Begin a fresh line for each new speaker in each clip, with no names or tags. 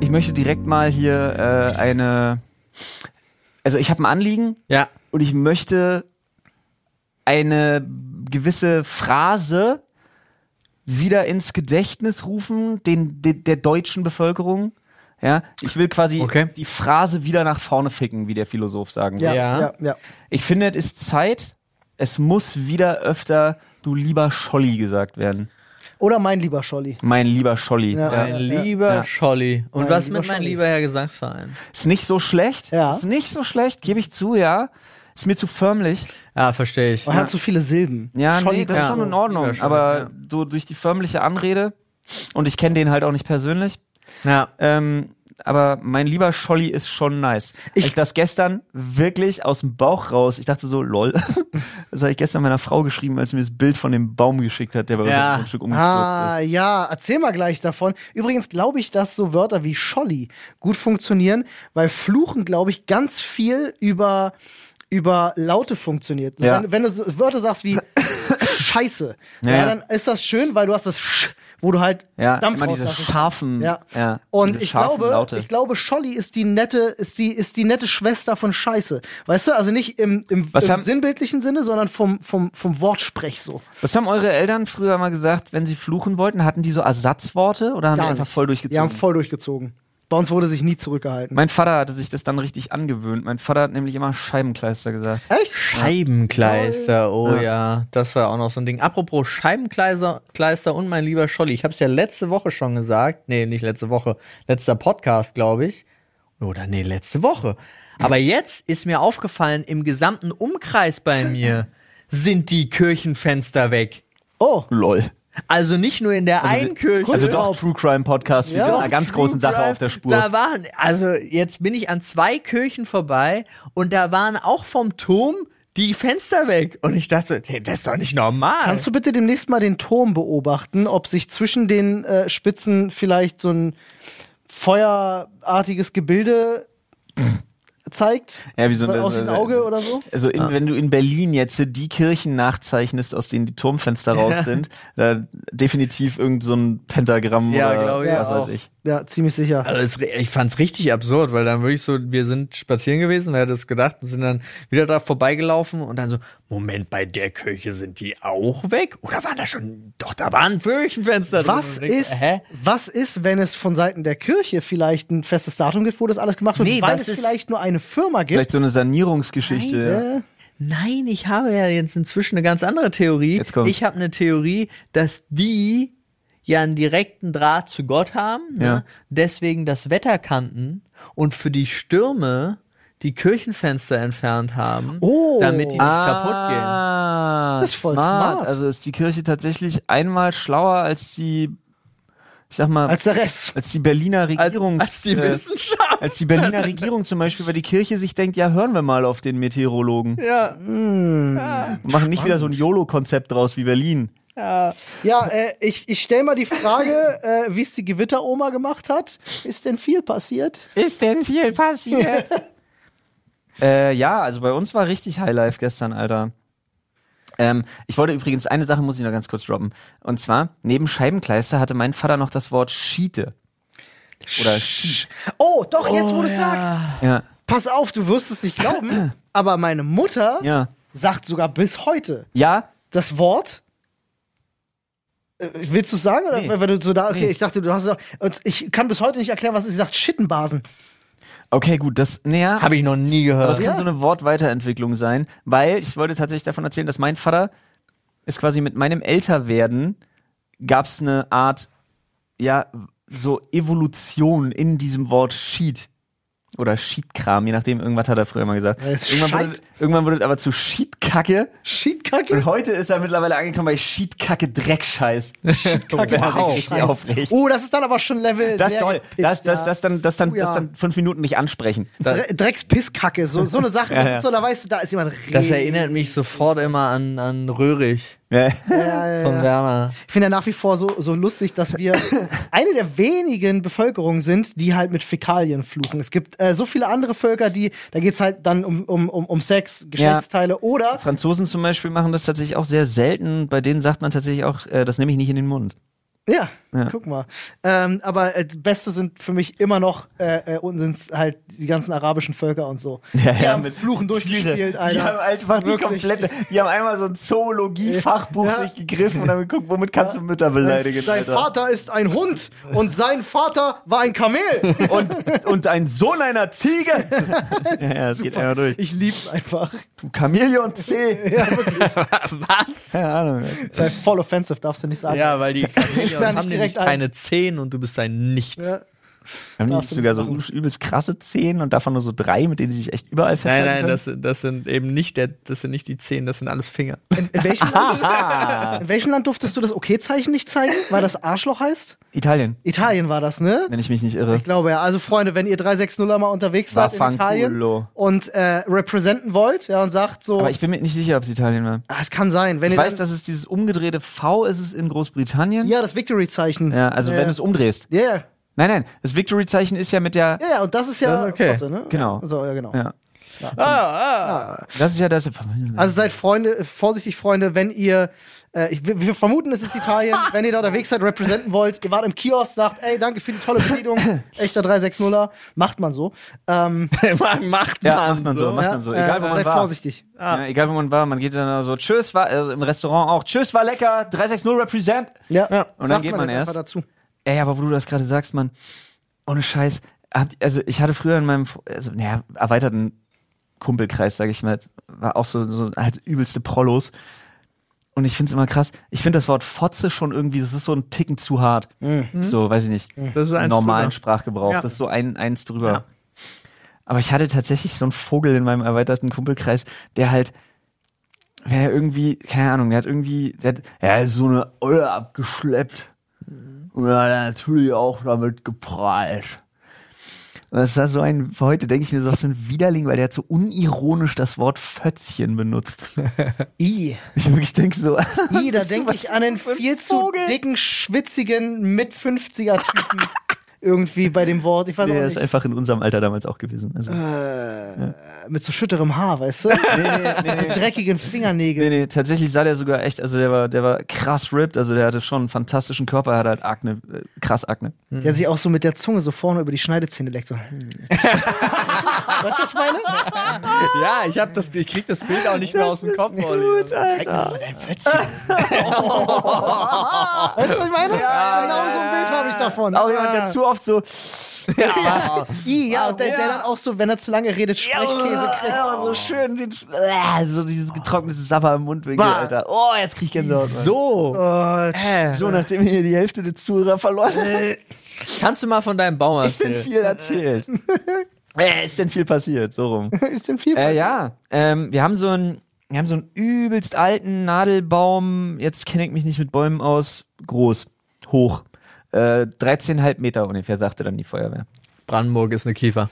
ich möchte direkt mal hier äh, eine. Also ich habe ein Anliegen
Ja.
und ich möchte eine gewisse Phrase wieder ins Gedächtnis rufen, den, de, der deutschen Bevölkerung. Ja, ich will quasi
Okay.
die Phrase wieder nach vorne ficken, wie der Philosoph sagen
Ja,
würde.
Ja.
ja, ja. ja.
Ich finde, es ist Zeit, es muss wieder öfter du lieber Scholli gesagt werden.
Oder mein lieber Scholli.
Mein lieber Scholli.
Ja.
Mein
ja.
lieber
Ja.
Scholli. Und
Mein
was
lieber
mit mein
Scholli.
lieber Herr Gesangsverein?
Ist nicht so schlecht.
Ja.
Ist nicht so schlecht, gebe ich zu, ja. Ist mir zu förmlich.
Ja, verstehe ich.
Man Oh, hat so viele Silben.
Ja,
Scholli
nee, das ist
kann-
schon in Ordnung.
Ja, schon,
aber
ja.
so durch die förmliche Anrede, und ich kenne den halt auch nicht persönlich,
Ja.
ähm, aber mein lieber Scholli ist schon nice. Ich, ich das gestern wirklich aus dem Bauch raus, ich dachte so, lol. Das habe ich gestern meiner Frau geschrieben, als sie mir das Bild von dem Baum geschickt hat, der bei
Ja.
unserem Grundstück umgestürzt
Ah,
ist.
ja, erzähl mal gleich davon. Übrigens glaube ich, dass so Wörter wie Scholli gut funktionieren, weil Fluchen, glaube ich, ganz viel über, über Laute funktioniert. Also
Ja.
Wenn, wenn du so Wörter sagst wie Scheiße, ja.
Ja, ja.
dann ist das schön, weil du hast das Sch, wo du halt
Ja,
Dampf
immer diese
rauslassen
scharfen,
Ja.
ja.
Und
diese
ich
scharfen
glaube,
Laute.
ich glaube, Scholli ist die nette, ist die, ist die nette Schwester von Scheiße. Weißt du, also nicht im, im,
Was
im
haben-
sinnbildlichen Sinne, sondern vom, vom, vom Wortsprech so.
Was haben eure Eltern früher mal gesagt, wenn sie fluchen wollten? Hatten die so Ersatzworte oder haben die
Gar
einfach
nicht.
voll
Die haben
durchgezogen?
voll durchgezogen. Bei uns wurde sich nie zurückgehalten.
mein Vater hatte sich das dann richtig angewöhnt. Mein Vater hat nämlich immer Scheibenkleister gesagt.
Echt?
Scheibenkleister, oh ja. das war auch noch so ein Ding. Apropos Scheibenkleister Kleister und mein lieber Scholli, ich habe es ja letzte Woche schon gesagt, nee, nicht letzte Woche, letzter Podcast, glaube ich, oder nee, letzte Woche. Aber jetzt ist mir aufgefallen, im gesamten Umkreis bei mir sind die Kirchenfenster weg.
Oh,
Lol.
Also nicht nur in der einen Kirche.
Also doch True Crime Podcast wieder
Ja.
einer ganz großen
True
Sache
Crime.
auf der Spur.
Da waren, also jetzt bin ich an zwei Kirchen vorbei und da waren auch vom Turm die Fenster weg. Und ich dachte, hey, das ist doch nicht normal.
kannst du bitte demnächst mal den Turm beobachten, ob sich zwischen den äh, Spitzen vielleicht so ein feuerartiges Gebilde zeigt?
Ja, wie so ein-
aus
so-
dem Auge oder so?
also in,
Ah.
wenn du in Berlin jetzt die Kirchen nachzeichnest, aus denen die Turmfenster raus sind, da definitiv irgend so ein Pentagramm
Ja, glaub
oder
ich
was
auch.
weiß ich.
Ja, ziemlich sicher.
Also es, ich fand's richtig absurd, weil dann wirklich so, wir sind spazieren gewesen, wer hätte es gedacht, und sind dann wieder da vorbeigelaufen und dann so, Moment, bei der Kirche sind die auch weg? Oder waren da schon, doch, da waren Kirchenfenster drin.
Was
Und ich so,
ist,
Hä?
was ist, wenn es von Seiten der Kirche vielleicht ein festes Datum gibt, wo das alles gemacht wird,
Nee,
weil
was
es
ist-
vielleicht nur eine Firma gibt?
Vielleicht so eine Sanierungsgeschichte. ja.
Äh,
Nein, ich habe ja jetzt inzwischen eine ganz andere Theorie.
Jetzt kommt's.
Ich habe eine Theorie, dass die ja einen direkten Draht zu Gott haben, ne?
Ja.
deswegen das Wetter kannten und für die Stürme die Kirchenfenster entfernt haben,
Oh.
damit die nicht kaputt gehen.
ah,
Das ist voll smart.
Also ist die Kirche tatsächlich einmal schlauer als die, ich sag mal,
Als
als,
der Rest.
die Berliner Regierung.
als die
äh,
Wissenschaft.
als die Berliner Regierung zum Beispiel, weil die Kirche sich denkt, ja, hören wir mal auf den Meteorologen.
ja.
Hm. Und machen nicht wieder so ein YOLO-Konzept draus wie Berlin.
Ja, äh, ich, ich stelle mal die Frage, äh, wie es die Gewitteroma gemacht hat. Ist denn viel passiert?
Ist denn viel passiert? äh, ja, also bei uns war richtig Highlife gestern, Alter. Ähm, ich wollte übrigens, eine Sache muss ich noch ganz kurz droppen. Und zwar, neben Scheibenkleister hatte mein Vater noch das Wort Schiete. Oder Schiet.
Oh, doch, jetzt wo du sagst.
Ja.
Pass auf, du wirst es nicht glauben, aber meine Mutter
Ja.
sagt sogar bis heute
Ja,
das Wort. Äh, Willst du es sagen? Oder
Nee.
weil du so da, okay,
Nee.
ich dachte, du hast es auch. und Ich kann bis heute nicht erklären, was es ist. Sie sagt Schittenbasen.
okay, gut, das, naja,
Habe ich noch nie
das
gehört.
kann so eine Wortweiterentwicklung sein, weil ich wollte tatsächlich davon erzählen, dass mein Vater ist quasi mit meinem Älterwerden gab's eine Art, ja, so Evolution in diesem Wort Sheet. Oder Sheetkram, je nachdem, irgendwas hat er früher mal gesagt.
Ja, es
Irgendwann
scheit.
wurde, irgendwann wurde es aber zu Sheetkacke. Und
Schietkacke?
heute ist er mittlerweile angekommen bei Sheetkacke Dreckscheiß. Sheetkacke, wow. richtig aufregt.
Oh, das ist dann aber schon Level.
Das ist
sehr
toll.
gepisst,
Das, das,
ja.
das, dann, das, dann,
Oh ja.
das dann fünf Minuten nicht ansprechen.
Dre Dreckspisskacke, so, so eine Sache. Das ist so, da weißt du, da ist jemand
Das erinnert mich sofort immer an, an Röhrig
Ja.
von Werner.
Ich finde ja nach wie vor so, so lustig, dass wir eine der wenigen Bevölkerungen sind, die halt mit Fäkalien fluchen. Es gibt äh, so viele andere Völker, die, da geht's halt dann um, um, um, um Sex, Geschlechtsteile oder.
Franzosen zum Beispiel machen das tatsächlich auch sehr selten. Bei denen sagt man tatsächlich auch, äh, das nehme ich nicht in den Mund.
Ja,
Ja.
guck mal. Ähm, aber äh, das Beste sind für mich immer noch, äh, äh, unten sind halt die ganzen arabischen Völker und so.
Ja,
Die
ja,
haben
mit
Fluchen durchgespielt,
Tiere. Die haben
Alter.
einfach die
Wirklich.
komplette, die haben einmal so ein Zoologie-Fachbuch
Ja.
sich gegriffen und dann geguckt, womit kannst du Mütter beleidigen,
Sein
Alter.
Vater ist ein Hund und sein Vater war ein Kamel.
Und, und ein Sohn einer Ziege. ja, ja, es geht einfach durch.
Ich lieb's einfach.
Du Chamäleon C.
Was?
Keine Ahnung.
Sei voll offensive, darfst du nicht sagen.
Ja, weil die
Ich lerne
Chamäleons haben
nicht
nämlich
direkt ein.
keine Zehen und du bist ein Nichts.
Ja.
Haben die nicht
Darfst du
sogar so
nicht
übelst krasse Zehen und davon nur so drei, mit denen die sich echt überall
Nein,
festhalten
nein,
können?
das, sind- das sind eben nicht der, das sind nicht die Zehen, das sind alles Finger.
In, in, welchem Land, in welchem Land durftest du das Okay-Zeichen nicht zeigen, weil das Arschloch heißt?
Italien,
Italien war das, ne?
wenn ich mich nicht irre.
Ich glaube ja. Also Freunde, wenn ihr 360er mal unterwegs seid in
Vaffanculo.
Italien und äh, representen wollt, ja, und sagt so,
Aber ich bin mir nicht sicher, ob es Italien war.
ah, es kann sein, wenn
Ich
ihr
weiß,
dann,
dass es dieses umgedrehte V ist es in Großbritannien.
ja, das Victory-Zeichen.
Ja, also
ja,
wenn du es umdrehst.
ja, ja,
Nein, nein, das Victory-Zeichen ist ja mit der.
ja, ja, und das ist ja
Das ist okay.
Fotze, ne?
Genau.
So, ja, genau.
Ja.
Ah, ah.
Das ist ja das.
Also seid Freunde, vorsichtig Freunde, wenn ihr, äh, ich, wir wir vermuten, es ist Italien, wenn ihr da unterwegs seid, representen wollt, ihr wart im Kiosk, sagt, ey, danke für die tolle Bedienung, echter 360er, macht man so. Ähm, äh,
macht man,
ja, macht man so,
so.
macht man so. Egal, wo man
seid
war.
vorsichtig.
ja, egal, wo man war, man geht dann so, tschüss, war, also im Restaurant auch, tschüss, war lecker, 360 represent.
Ja,
Und dann
Sagt
geht man
jetzt
erst.
einfach dazu.
Ey, aber wo du das gerade sagst, Mann, ohne Scheiß, habt, also ich hatte früher in meinem, also, naja, erweiterten Kumpelkreis, sage ich mal, war auch so, so halt übelste Prollos. Und ich find's immer krass. Ich find das Wort Fotze schon irgendwie, das ist so ein Ticken zu hart. So, weiß ich nicht.
Mhm. Das ist eins
normalen
drüber.
Sprachgebrauch.
Ja.
Das ist so ein, eins drüber. Aber ich hatte tatsächlich so einen Vogel in meinem erweiterten Kumpelkreis, der halt, wer irgendwie, keine Ahnung, der hat irgendwie, der hat, er ist so eine Olle abgeschleppt. Und er hat natürlich auch damit geprahlt. Und das war so ein, heute denke ich mir, so was für ein Widerling, weil der hat so unironisch das Wort Fötzchen benutzt.
I.
Ich wirklich denke so,
I, da
bist du
denke
was
ich an einen
für ein
viel zu
Vogel?
dicken, schwitzigen mit 50er Typen irgendwie bei dem Wort. Ich weiß
der
auch
ist
nicht. Ah.
einfach in unserem Alter damals auch gewesen. Also,
Mit so schütterem Haar, weißt du? mit so dreckigen Fingernägeln.
Nee, nee, tatsächlich sah der sogar echt, also der war, der war krass ripped, also der hatte schon einen fantastischen Körper, er hatte halt Akne, äh, krass Akne.
Der sich auch so mit der Zunge so vorne über die Schneidezähne leckt. So. Hm. weißt du, was ich meine?
Ja, ich hab das, ich krieg das Bild auch nicht mehr aus dem Kopf. Olli.
Alter. Dein Pötzchen. weißt du, was ich meine? genau so ein Bild habe ich davon.
Auch jemand, der
Ah.
zu oft so,
Ja, I, ja, und der, der
Ja.
dann auch so, wenn er zu lange redet, Sprechkäse kriegt.
ja, so schön, den, äh, so dieses getrocknete Sapper im Mundwinkel,
Bah.
Alter. Oh, jetzt krieg ich Gänsehaut. So,
So,
Oh,
äh,
so, nachdem wir hier die Hälfte der Zuhörer verloren haben,
kannst du mal von deinem Baum
ist denn
erzählen?
viel erzählt? Äh, ist denn viel passiert? So rum.
ist denn viel
Äh, ja, ähm, wir haben so einen, wir haben so einen übelst alten Nadelbaum. Jetzt kenne ich mich nicht mit Bäumen aus. Groß, hoch, äh, 13,5 Meter ungefähr, sagte dann die Feuerwehr.
Brandenburg ist eine Kiefer.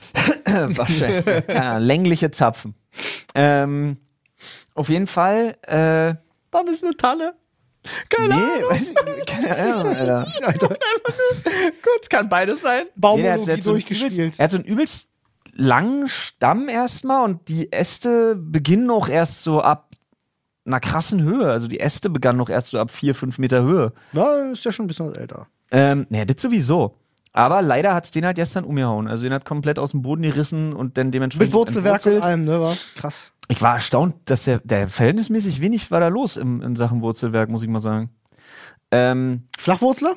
Wahrscheinlich. ja, längliche Zapfen. Ähm, auf jeden Fall. Äh,
Dann ist eine Tanne. Keine Ahnung.
nee, weiß ich, keine Ahnung, Alter.
Gut, kann beides sein.
Nee, der hat Äh.
Baumologie
jetzt so einen übelst,
durchgespielt.
er hat so einen übelst langen Stamm erstmal und die Äste beginnen auch erst so ab einer krassen Höhe. Also die Äste begannen noch erst so ab vier, fünf Meter Höhe.
Ja, ist ja schon ein bisschen älter.
Ähm, naja, das sowieso. Aber leider hat's den halt gestern umgehauen. Also den hat komplett aus dem Boden gerissen und dann dementsprechend
Mit Wurzelwerk und
entwurzelt.
allem, ne? War krass.
Ich war erstaunt, dass der, der verhältnismäßig wenig war da los im, in Sachen Wurzelwerk, muss ich mal sagen. Ähm,
Flachwurzler?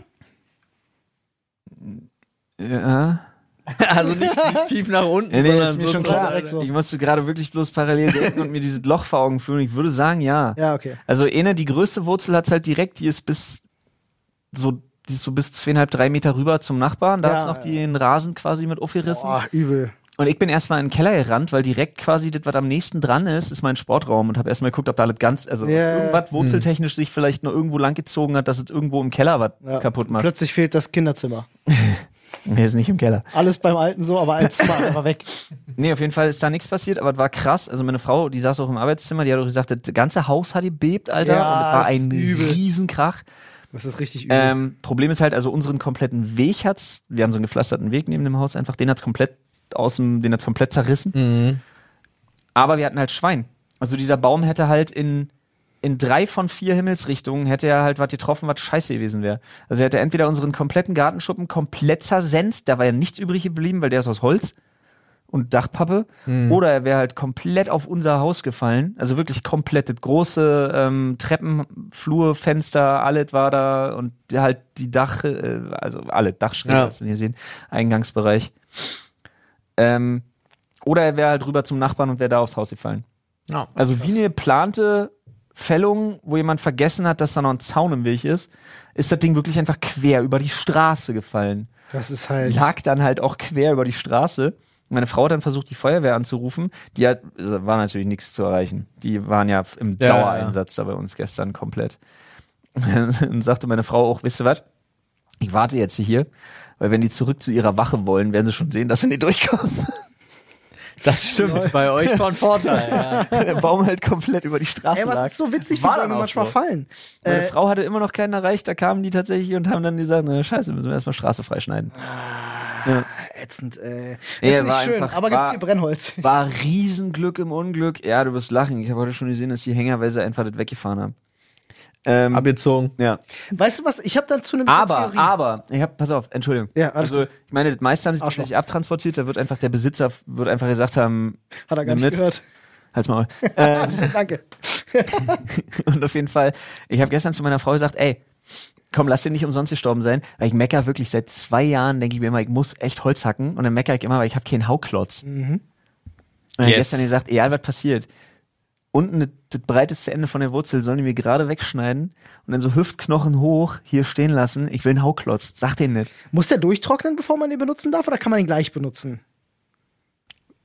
ja.
Also nicht, nicht tief nach unten,
Nee, nee,
sondern
ist mir
so
schon
zu-
klar.
direkt so.
Ich musste gerade wirklich bloß parallel denken und mir dieses Loch vor Augen führen. Ich würde sagen, ja.
Ja, okay.
Also eine, die größte Wurzel hat's halt direkt, die ist bis so, die ist so bis zweieinhalb, drei Meter rüber zum Nachbarn. Da
Ja,
hat's noch
ja.
den Rasen quasi mit aufgerissen.
Boah, übel.
Und ich bin erstmal in den Keller gerannt, weil direkt quasi das, was am nächsten dran ist, ist mein Sportraum und habe erstmal geguckt, ob da alles ganz, also
Ja. Hm.
irgendwas wurzeltechnisch sich vielleicht noch irgendwo langgezogen hat, dass es irgendwo im Keller was
Ja.
kaputt macht.
Plötzlich fehlt das Kinderzimmer.
Nee, ist nicht im Keller.
Alles beim Alten so, aber eins war einfach weg.
Nee, auf jeden Fall ist da nichts passiert, aber es war krass. Also meine Frau, die saß auch im Arbeitszimmer, die hat auch gesagt, das ganze Haus hat gebebt, Alter,
Ja,
und es war
das ist
ein
übel.
Riesenkrach.
Das ist richtig übel.
Ähm, Problem ist halt, also unseren kompletten Weg hat's, wir haben so einen gepflasterten Weg neben dem Haus einfach, den hat's komplett aus dem, den hat's
Mhm.
komplett zerrissen. Aber wir hatten halt Schwein. Also dieser Baum hätte halt in in drei von vier Himmelsrichtungen hätte er halt was getroffen, was scheiße gewesen wäre. Also er hätte entweder unseren kompletten Gartenschuppen komplett zersenzt, da war ja nichts übrig geblieben, weil der ist aus Holz und Dachpappe, oder er wäre halt komplett auf unser Haus gefallen. Also wirklich komplett das große ähm, Treppen, Flur, Fenster, alles war da und halt die Dach, äh, also alle Dachschräge,
Ja.
hast du hier sehen, Eingangsbereich. Ähm, oder er wäre halt rüber zum Nachbarn und wäre da aufs Haus gefallen.
Ja.
Also wie eine geplante Fällung, wo jemand vergessen hat, dass da noch ein Zaun im Weg ist, ist das Ding wirklich einfach quer über die Straße gefallen.
Das ist halt.
Lag dann halt auch quer über die Straße. Meine Frau hat dann versucht, die Feuerwehr anzurufen. Die hat, also war natürlich nichts zu erreichen. Die waren ja im
Ja,
Dauereinsatz da bei uns gestern komplett. Und sagte meine Frau auch, wisst ihr was? Ich warte jetzt hier, weil wenn die zurück zu ihrer Wache wollen, werden sie schon sehen, dass sie nicht durchkommen.
Das stimmt. Bei euch war ein Vorteil. Ja.
Weil Der Baum halt komplett über die Straße
Ey,
lag.
was ist so witzig, wie
War dann
Bäume
auch
manchmal
so.
fallen.
Meine
Äh,
Frau hatte immer noch keinen erreicht, da kamen die tatsächlich und haben dann gesagt, na scheiße, müssen wir erstmal Straße freischneiden.
ätzend, ey. Das
äh, Nee,
ist nicht
war
schön,
einfach-
aber gibt
war-
viel Brennholz.
War Riesenglück im Unglück. Ja, du wirst lachen. Ich habe heute schon gesehen, dass die Hängerweise einfach das weggefahren haben. Ähm,
Abgezogen.
ja.
Weißt du was? Ich habe dazu eine
Aber,
Theorie.
aber, ich hab, pass auf, Entschuldigung.
Ja, alles
also, ich meine, das meiste haben sie
Arschloch.
tatsächlich abtransportiert, da wird einfach der Besitzer, wird einfach gesagt haben,
Hat er gar
nimm
nicht
mit.
gehört.
halt's mal. ähm,
Danke.
Und auf jeden Fall, ich habe gestern zu meiner Frau gesagt, ey, komm, lass den nicht umsonst gestorben sein, weil ich mecker wirklich seit zwei Jahren, denke ich mir immer, ich muss echt Holz hacken und dann mecker ich immer, weil ich habe keinen Hauklotz.
Mhm.
Und dann
Jetzt.
gestern gesagt, egal was passiert, unten das, das breiteste Ende von der Wurzel sollen die mir gerade wegschneiden und dann so Hüftknochen hoch hier stehen lassen. Ich will einen Hauklotz. Sag den nicht.
Muss der durchtrocknen, bevor man den benutzen darf, oder kann man den gleich benutzen?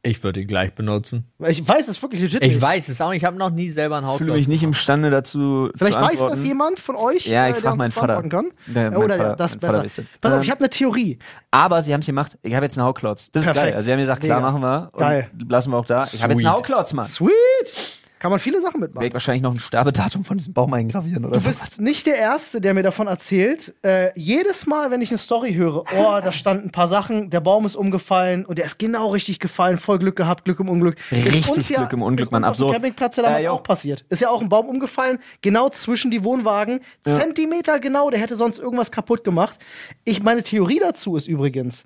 Ich würde ihn gleich benutzen.
Weil Ich weiß es wirklich legit
Ich
nicht.
weiß es auch. Ich habe noch nie selber einen
Ich fühle mich
Hautklotz.
nicht imstande dazu
Vielleicht
zu
weiß
antworten.
das jemand von euch,
Ja,
äh,
ich
der
frag
uns
meinen
das
Vater.
beantworten kann.
Der-
Äh,
mein
Oder
Vater-
das
mein
ist
Vater
besser.
weiß es.
Pass auf,
Ähm,
ich habe eine Theorie.
Aber sie haben es gemacht. Ich habe jetzt einen Hauklotz. Das ist
Perfekt.
geil. Also sie haben gesagt, klar,
Mega.
machen wir. Und
Geil.
lassen wir auch da. Ich habe jetzt einen
Sweet.
Hauklotz, Mann.
Sweet! Kann man viele Sachen mitmachen.
Werde ich wahrscheinlich noch ein Sterbedatum von diesem Baum eingravieren oder
Du
so.
bist nicht der Erste, der mir davon erzählt. Äh, jedes Mal, wenn ich eine Story höre, oh, da standen ein paar Sachen, der Baum ist umgefallen und der ist genau richtig gefallen, voll Glück gehabt, Glück im Unglück. Ist
Richtig
uns ja-
Glück im Unglück,
ist
Mann,
uns Auf
absurd.
dem Campingplatz ja damals
Äh, jo.
auch passiert. Ist ja auch ein Baum umgefallen, genau zwischen die Wohnwagen, Zentimeter genau, der hätte sonst irgendwas kaputt gemacht. Ich meine Theorie dazu ist übrigens,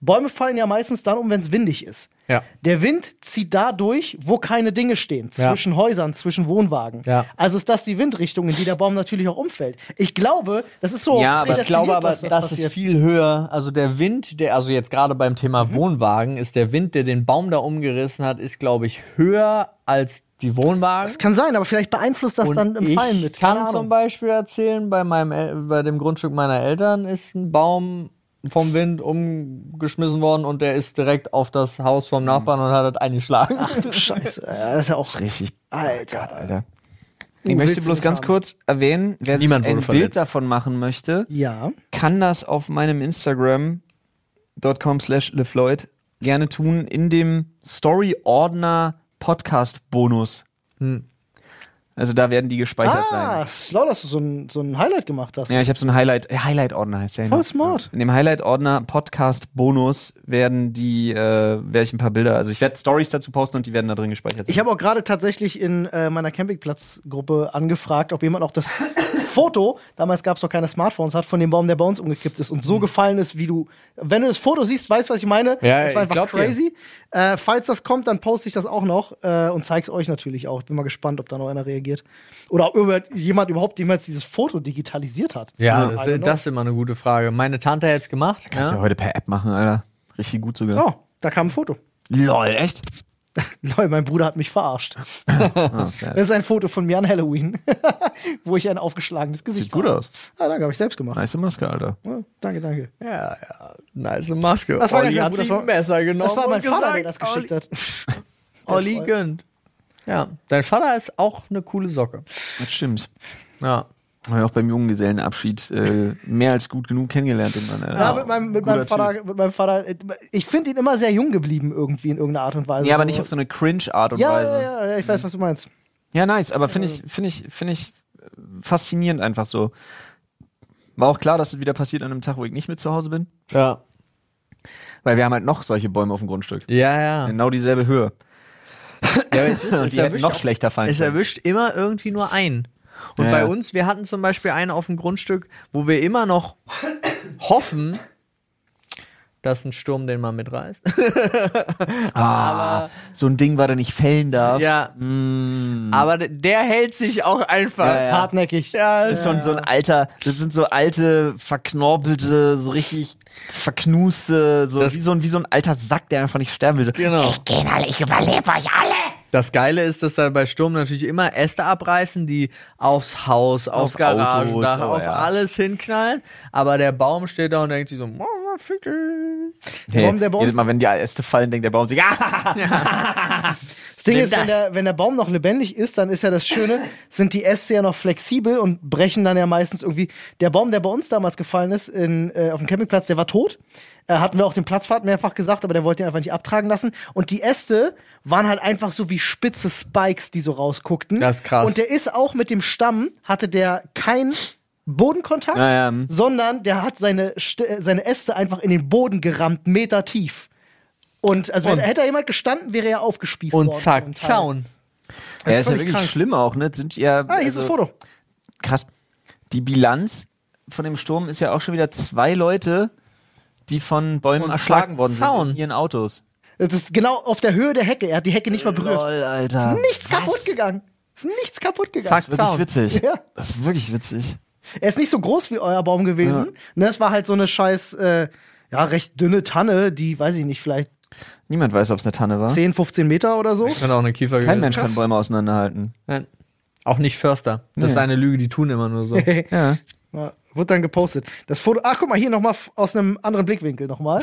Bäume fallen ja meistens dann um, wenn es windig ist.
Ja.
Der Wind zieht da durch, wo keine Dinge stehen,
Ja.
zwischen Häusern, zwischen Wohnwagen.
Ja.
Also ist das die Windrichtung, in die der Baum natürlich auch umfällt. Ich glaube, das ist so.
Ja, aber
Ich glaube aber, das, ist
passiert.
viel höher. Also der Wind, der, also jetzt gerade beim Thema
Mhm.
Wohnwagen, ist der Wind, der den Baum da umgerissen hat, ist, glaube ich, höher als die Wohnwagen.
Das kann sein, aber vielleicht beeinflusst das
Und
dann im
ich
Fallen mit. Keine
kann zum
Ahnung.
Beispiel erzählen, bei, meinem, El- bei dem Grundstück meiner Eltern ist ein Baum vom Wind umgeschmissen worden und der ist direkt auf das Haus
Mhm.
vom Nachbarn und hat das eingeschlagen.
Scheiße, äh, das ist ja auch.
Richtig.
Alter.
Alter.
Du
Ich möchte
willst
bloß
nicht
ganz
haben.
kurz erwähnen, wer sich ein
Niemand wurde
Bild
verletzt.
davon machen möchte,
Ja.
kann das auf meinem Instagram.com slash LeFloid gerne tun in dem Story-Ordner Podcast-Bonus. Also da werden die
halt
gespeichert sein.
Hm. Ah, schlau, dass du so ein, so ein Highlight gemacht hast.
Ja, ich habe so einen Highlight, äh, Highlight-Ordner heißt der.
Voll
ne?
smart.
In dem Highlight-Ordner Podcast-Bonus werden die, äh, werde ich ein paar Bilder, also ich werde Stories dazu posten und die werden da drin gespeichert. sein.
Ich habe auch gerade tatsächlich in äh, meiner Campingplatzgruppe angefragt, ob jemand auch das Foto, damals gab es noch keine Smartphones, hat von dem Baum, der bei uns umgekippt ist und
Hm.
so gefallen ist, wie du. Wenn du das Foto siehst, weißt was ich meine.
Ja,
das war
ich
einfach
glaub dir.
crazy. Äh, falls das kommt, dann poste ich das auch noch äh, und zeig's euch natürlich auch. Ich bin mal gespannt, ob da noch einer reagiert. Oder ob über- jemand überhaupt jemals dieses Foto digitalisiert hat.
Ja,
I
das,
don't know.
das ist immer eine gute Frage. Meine Tante hätte es gemacht. ne?
Kannst ja.
Ja?
heute per App machen, Alter. Richtig gut sogar.
Oh, da kam ein Foto.
Lol, echt?
Lol, mein Bruder hat mich verarscht.
Ah, sad.
Das ist ein Foto von mir an Halloween, wo ich ein aufgeschlagenes Gesicht
Sieht gut
habe.
aus.
Ah, danke, habe ich selbst gemacht.
Nice Maske, Alter.
Ja, danke, danke.
Ja, ja. Nice Maske.
Das war
Olli
gar kein
hat
Bruder,
sich
das war-
ein Messer genommen.
Das war mein
und
Vater,
gesagt,
der das geschickt hat.
Olli, Olli gönnt. Ja, dein Vater ist auch eine coole Socke.
Das stimmt.
Ja.
Habe ich auch beim Junggesellenabschied äh, mehr als gut genug kennengelernt, den Mann, Alter.
Ja, mit meinem, mit
Guter
meinem Vater, mit meinem Vater, äh, ich finde ihn immer sehr jung geblieben irgendwie in irgendeiner Art und Weise.
Typ. Ja, aber nicht auf so eine Cringe-Art und
ja,
Weise.
ja, ja, ja, ich weiß, was du meinst.
Ja, nice, aber finde ich, finde ich, finde ich äh, faszinierend einfach so. War auch klar, dass es wieder passiert an einem Tag, wo ich nicht mit zu Hause bin.
Ja.
Weil wir haben halt noch solche Bäume auf dem Grundstück.
Ja, ja.
Genau dieselbe Höhe.
Ja, es ist, es
Die hätten
erwischt
noch
auch-
schlechter fallen
Es
können.
erwischt immer irgendwie nur einen. Und
Ja,
bei
ja.
uns, wir hatten zum Beispiel einen auf dem Grundstück, wo wir immer noch hoffen, dass ein Sturm den mal mitreißt.
Ah, so ein Ding, war da nicht fällen darf.
ja. Aber d- der hält sich auch einfach.
Mm. Ja, ja.
Hartnäckig.
Ja,
Das ist so ein, so ein alter, das sind so alte, verknorpelte, so richtig verknuste, so
Das-
wie so ein, wie so ein alter Sack, der einfach nicht sterben will. So,
Genau.
Ich geh alle, ich überlebe euch alle!
Das Geile ist, dass da bei Sturm natürlich immer Äste abreißen, die aufs Haus, aufs
Auf
Garagendach,
Autos, oh
auf
ja.
alles hinknallen. Aber der Baum steht da und denkt sich so, "Mama, fick dich."
Hey,
Baum, der bei uns-
jedes Mal, wenn die Äste fallen, denkt der Baum sich, ah!
Das Ding
Nimm
ist,
das.
wenn der, wenn der Baum noch lebendig ist, dann ist ja das Schöne, sind die Äste ja noch flexibel und brechen dann ja meistens irgendwie. Der Baum, der bei uns damals gefallen ist in, äh, auf dem Campingplatz, der war tot. Äh, hatten wir auch den Platzfahrt mehrfach gesagt, aber der wollte ihn einfach nicht abtragen lassen. Und die Äste waren halt einfach so wie spitze Spikes, die so rausguckten.
Das ist krass.
Und der ist auch mit dem Stamm, hatte der keinen Bodenkontakt,
Ja, ja,
Mhm.
hm.
sondern der hat seine, St äh, seine Äste einfach in den Boden gerammt, Meter tief. Und also
Und-
wenn, hätte da jemand gestanden, wäre er aufgespießt worden.
Und zack,
zum Teil.
Zaun.
Ja, ist ja
völlig
wirklich
krank.
schlimm auch, ne? Sind ja.
Ah, hier ist das
Also
Foto.
Krass. Die Bilanz von dem Sturm ist ja auch schon wieder zwei Leute, die von Bäumen
Und
erschlagen
zack,
worden sind
Zaun.
in ihren Autos.
Das ist genau auf der Höhe der Hecke. Er hat die Hecke nicht mal berührt.
Lol, Alter.
Nichts kaputt gegangen. Ist nichts kaputt gegangen.
Das ist wirklich
Zaun.
witzig.
Ja.
Das ist wirklich witzig.
Er ist nicht so groß wie euer Baum gewesen. Ne, es war halt so eine scheiß, äh, ja, recht dünne Tanne, die, weiß ich nicht, vielleicht
Niemand weiß, ob es eine Tanne war.
10, 15 Meter oder so.
Kann auch eine Kiefer
Kein Mensch kann Bäume auseinanderhalten.
Nein. Auch nicht Förster. Das ist
Nee.
eine Lüge, die tun immer nur so.
Ja.
Ja, Wurde dann gepostet. Das Foto, ach, guck mal, hier nochmal aus einem anderen Blickwinkel nochmal.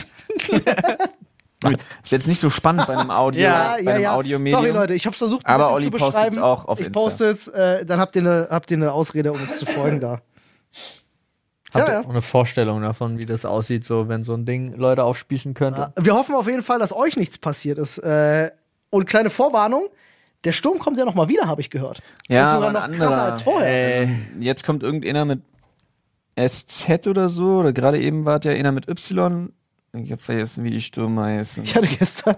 Gut. Ist jetzt nicht so spannend bei einem Audio,
Ja,
bei einem Audiomedium.
Ah, Sorry, Leute, ich hab's versucht, ein
Aber
bisschen
Olli
zu
postet's
beschreiben.
auch auf
ich
Insta.
postet's, äh, dann habt ihr, eine, habt ihr eine Ausrede, um uns zu folgen da.
Habt
Ja,
ihr
ja.
auch eine Vorstellung davon, wie das aussieht, so wenn so ein Ding Leute aufspießen könnte?
Ja, Wir hoffen auf jeden Fall, dass euch nichts passiert ist. Äh, und kleine Vorwarnung: Der Sturm kommt ja noch mal wieder, habe ich gehört.
Ja,
und
aber
sogar
ein
noch krasser
anderer.
als vorher.
Äh, jetzt kommt irgendeiner mit SZ oder so, oder gerade eben war es ja einer mit Y. Ich habe vergessen, wie die Stürme heißen.
Ich hatte gestern,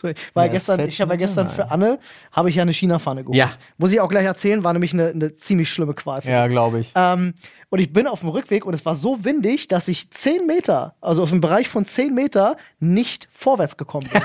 sorry, war ja,
Ja,
gestern,
Set
ich habe ja gestern
Nummer.
für Anne habe ich ja eine China-Pfanne geholt.
Ja.
Muss ich auch gleich erzählen, war nämlich eine, eine ziemlich schlimme Qual. für mich.
Ja, glaube ich.
Ähm, und ich bin auf dem Rückweg und es war so windig, dass ich 10 Meter, also auf dem Bereich von 10 Meter, nicht vorwärts gekommen bin.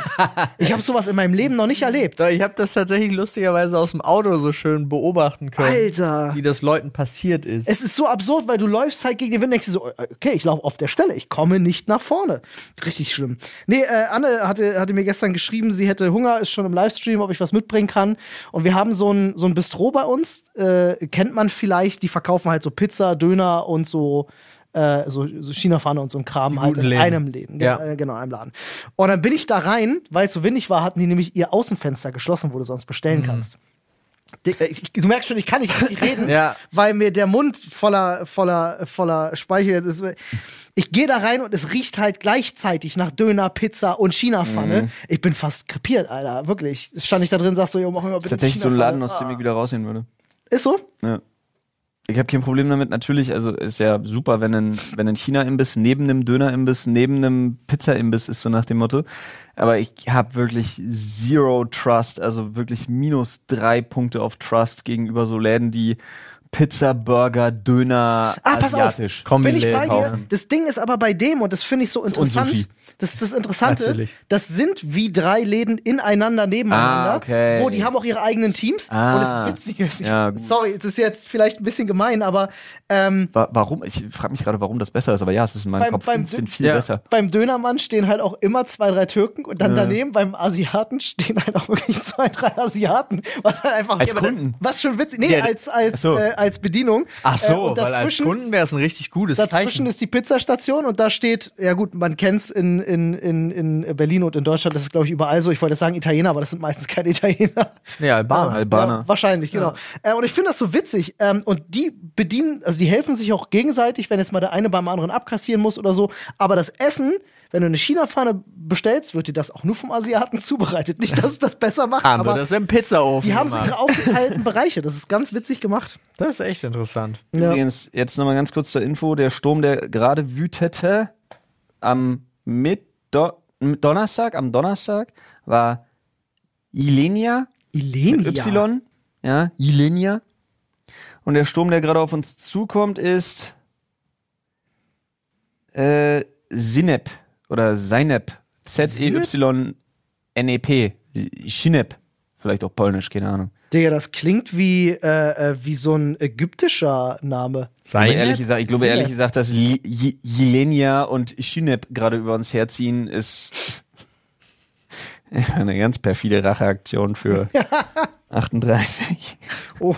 ich habe sowas in meinem Leben noch nicht erlebt.
Ich habe das tatsächlich lustigerweise aus dem Auto so schön beobachten können,
Alter.
wie das Leuten passiert ist.
Es ist so absurd, weil du läufst halt gegen den Wind und denkst dir so, okay, ich laufe auf der Stelle, ich komme nicht nach vorne. Richtig schlimm. Nee, äh, Anne hatte, hatte mir gestern geschrieben, sie hätte Hunger, ist schon im Livestream, ob ich was mitbringen kann. Und wir haben so ein, so ein Bistro bei uns, äh, kennt man vielleicht, die verkaufen halt so Pizza, Döner und so, äh, so, so China-Pfanne und so ein Kram halt in
guten Läden.
einem Läden.
Ja.
Äh, genau, in einem Laden. Und dann bin ich da rein, weil es so windig war, hatten die nämlich ihr Außenfenster geschlossen, wo du sonst bestellen
Mhm.
kannst. Dick, äh, Ich, du merkst schon, ich kann nicht richtig reden,
Ja.
weil mir der Mund voller, voller, voller Speichel jetzt ist. Ich gehe da rein und es riecht halt gleichzeitig nach Döner, Pizza und
Mhm.
China-Pfanne. Ich bin fast krepiert, Alter. Wirklich. Stand ich da drin, sagst du, jo, mach mir mal bitte.
ist tatsächlich so ein
China-Pfanne.
Laden, aus dem
Ah.
ich wieder rausgehen würde.
Ist so?
Ja. Ich habe kein Problem damit, natürlich, also ist ja super, wenn ein, wenn ein China-Imbiss neben einem Döner-Imbiss, neben einem Pizza-Imbiss ist, so nach dem Motto. Aber ich habe wirklich zero Trust, also wirklich minus drei Punkte auf Trust gegenüber so Läden, die Pizza, Burger, Döner,
Ah, pass
asiatisch.
auf.
Kombi
Bin ich bei dir.
kaufen.
Das Ding ist aber bei dem, und das finde ich so
Sushi.
interessant. Das ist das Interessante.
Natürlich.
Das sind wie drei Läden ineinander nebeneinander,
Ah, okay.
wo die haben auch ihre eigenen Teams.
Ah.
und das Witzige ist, ich,
Ja, gut.
sorry, es ist jetzt vielleicht ein bisschen gemein, aber ähm,
Wa warum? Ich frage mich gerade, warum das besser ist, aber ja, es ist in meinem
Beim-
Kopf
beim
instant
Dö-
viel
Ja.
besser.
beim Dönermann stehen halt auch immer zwei, drei Türken und dann daneben beim Asiaten stehen halt auch wirklich zwei, drei Asiaten. Was halt einfach
Als
Ja, aber
Kunden?
Was schon witzig. Nee,
Ja,
als, als,
ach so.
äh, als Bedienung.
Ach
Äh,
so,
und
weil als
dazwischen-
Kunden wäre es ein richtig gutes
Dazwischen
Zeichen.
ist die Pizzastation und da steht, ja gut, man kennt's in, in, in, in Berlin und in Deutschland, das ist glaube ich überall so. Ich wollte sagen Italiener, aber das sind meistens keine Italiener.
Ja, Albaner.
Albaner.
Ja, wahrscheinlich, genau. Äh, und ich finde das so witzig. Ähm, und die bedienen, also die helfen sich auch gegenseitig, wenn jetzt mal der eine beim anderen abkassieren muss oder so. Aber das Essen, wenn du eine China-Pfanne bestellst, wird dir das auch nur vom Asiaten zubereitet. Nicht, dass es das besser macht,
Haben wir
aber
Ah, das im Pizzaofen
die haben so
gemacht.
ihre aufgeteilten Bereiche. Das ist ganz witzig gemacht.
Das ist echt interessant.
Ja.
Übrigens, jetzt nochmal ganz kurz zur Info: Der Sturm, der gerade wütete am Mittdo- Donnerstag, am Donnerstag war Ilenia,
Ilenia.
mit Y, ja, Ilenia. Und der Sturm, der gerade auf uns zukommt, ist äh, Sinep oder Sinep. E Z-E-Y-N-E-P. E Sinep. Vielleicht auch polnisch, keine Ahnung.
Digga, das klingt wie, äh, äh, wie so ein ägyptischer Name.
Ich
Sein.
glaube, ehrlich gesagt, ich glaube
Sinep.
ehrlich gesagt, dass Li- J- Jelenia und Sinep gerade über uns herziehen, ist eine ganz perfide Racheaktion für 38.
Oh.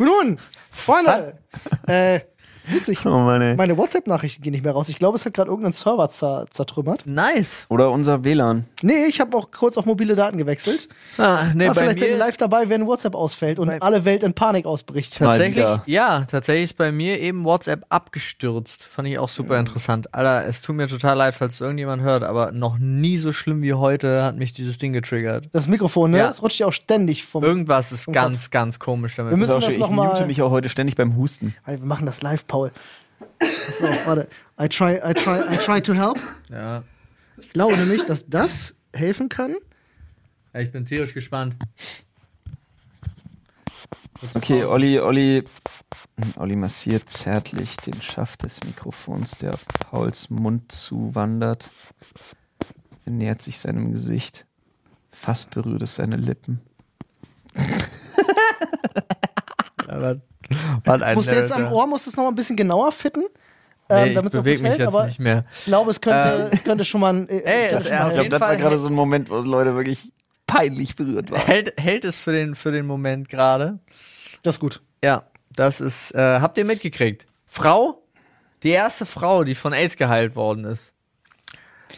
Nun, Freunde, äh, witzig.
Oh Mann, ey.
Meine WhatsApp-Nachrichten gehen nicht mehr raus. Ich glaube, es hat gerade irgendein Server zer zertrümmert.
Nice.
Oder unser WLAN.
Nee, ich habe auch kurz auf mobile Daten gewechselt.
Ah, nee,
Aber
bei
vielleicht
mir ist
sind wir live dabei, wenn WhatsApp ausfällt und alle Welt in Panik ausbricht.
Mal
tatsächlich,
wieder.
ja, tatsächlich ist bei mir eben WhatsApp abgestürzt. Fand ich auch super interessant. Alter, es tut mir total leid, falls irgendjemand hört, aber noch nie so schlimm wie heute hat mich dieses Ding getriggert.
Das Mikrofon, ne?
Ja.
Das rutscht ja auch ständig vom.
Irgendwas ist
Im
ganz, ganz komisch damit.
Oh Wir
Ist
müssen
auch
das
schön. Ich
noch mal-
mute mich auch heute ständig beim Husten.
Ey, wir machen das live, Paul. So, warte. I try, I try, I try to help.
ja.
Ich glaube nämlich, dass das helfen kann.
Ja, Ich bin tierisch gespannt.
Okay, Olli, Olli, Olli massiert zärtlich den Schaft des Mikrofons, der auf Pauls Mund zuwandert. Er nähert sich seinem Gesicht. Fast berührt es seine Lippen.
Was ein
Musst du jetzt am
Narrator.
Ohr musst du es noch mal ein bisschen genauer fitten. Ähm,
Nee, ich
damit's auch
bewege
gut
mich
hält,
jetzt
aber
nicht mehr.
Ich glaube, es könnte, es könnte schon mal ein. äh,
Ey,
es könnte
es-
schon
er
mal
hat-
Ich glaube,
helfen.
das war
Fall-
gerade so ein Moment, wo Leute wirklich peinlich berührt waren.
Hält, hält es für den, für den Moment gerade?
das ist gut.
Ja, das ist. Äh, habt ihr mitgekriegt? Frau? Die erste Frau, die von AIDS geheilt worden ist.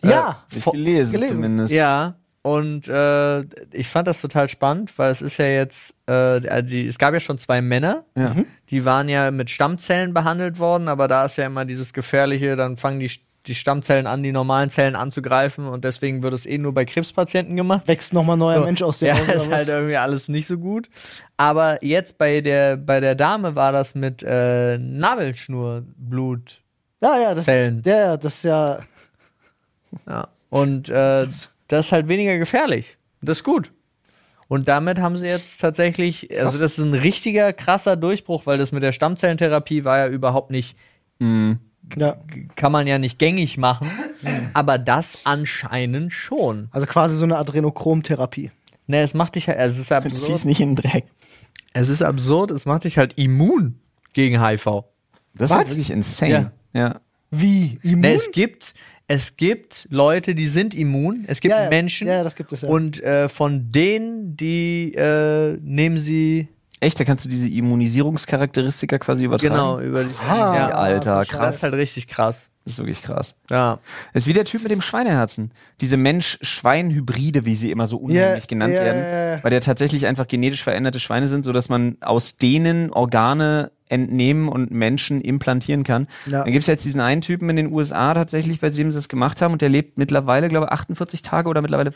Ja,
Ich
Vo-
gelesen,
gelesen.
zumindest.
Ja, und äh, ich fand das total spannend, weil es ist ja jetzt, äh, die, es gab ja schon zwei Männer,
Ja.
die waren ja mit Stammzellen behandelt worden, aber da ist ja immer dieses Gefährliche, dann fangen die, die Stammzellen an, die normalen Zellen anzugreifen und deswegen wird es eh nur bei Krebspatienten gemacht.
wächst nochmal ein neuer
So.
Mensch aus dir
Ja,
raus, oder
ist
was?
halt irgendwie alles nicht so gut. Aber jetzt bei der, bei der Dame war das mit äh, Nabelschnurblut.
ja, ja, das,
Fällen.
ist, ja, ja, das ist ja.
Ja. Und äh, das ist halt weniger gefährlich. Das ist gut. Und damit haben sie jetzt tatsächlich, also das ist ein richtiger krasser Durchbruch, weil das mit der Stammzellentherapie war ja überhaupt nicht,
ja.
kann man ja nicht gängig machen, aber das anscheinend schon.
Also quasi so eine Adrenochrom-Therapie.
Ne, es macht dich halt, also es ist
Zieh's
absurd,
nicht in den Dreck.
es ist absurd, es macht dich halt immun gegen HIV.
Das
Was?
ist wirklich insane. Ja.
Wie? Immun?
Ne, es gibt, es gibt Leute, die sind immun. Es gibt
Ja, ja.
Menschen.
Ja, das gibt es, ja.
Und äh, von denen, die äh, nehmen sie
Echt, da kannst du diese Immunisierungscharakteristika quasi übertragen.
genau über die.
Ah,
Crazy,
also
ja,
Alter,
das ist
das
krass.
ist halt richtig krass.
Das ist wirklich krass.
Ja.
Das ist wie der Typ mit dem Schweineherzen. Diese Mensch-Schwein-Hybride, wie sie immer so unheimlich
Ja,
genannt
ja, ja,
werden,
ja.
weil der tatsächlich einfach genetisch veränderte Schweine sind, sodass man aus denen Organe entnehmen und Menschen implantieren kann.
Ja.
Dann gibt es jetzt diesen einen Typen in den USA tatsächlich, bei dem sie das gemacht haben und der lebt mittlerweile, glaube ich, 48 Tage oder mittlerweile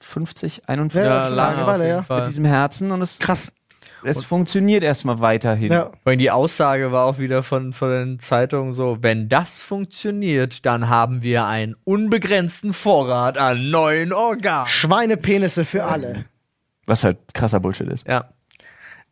50, 41
Ja,
Tage
lange Weile, ja.
mit diesem Herzen und es,
Krass.
es funktioniert erstmal weiterhin.
Ja.
Und die Aussage war auch wieder von, von den Zeitungen so, wenn das funktioniert, dann haben wir einen unbegrenzten Vorrat an neuen Organen.
Schweinepenisse für alle.
Was halt krasser Bullshit ist.
Ja.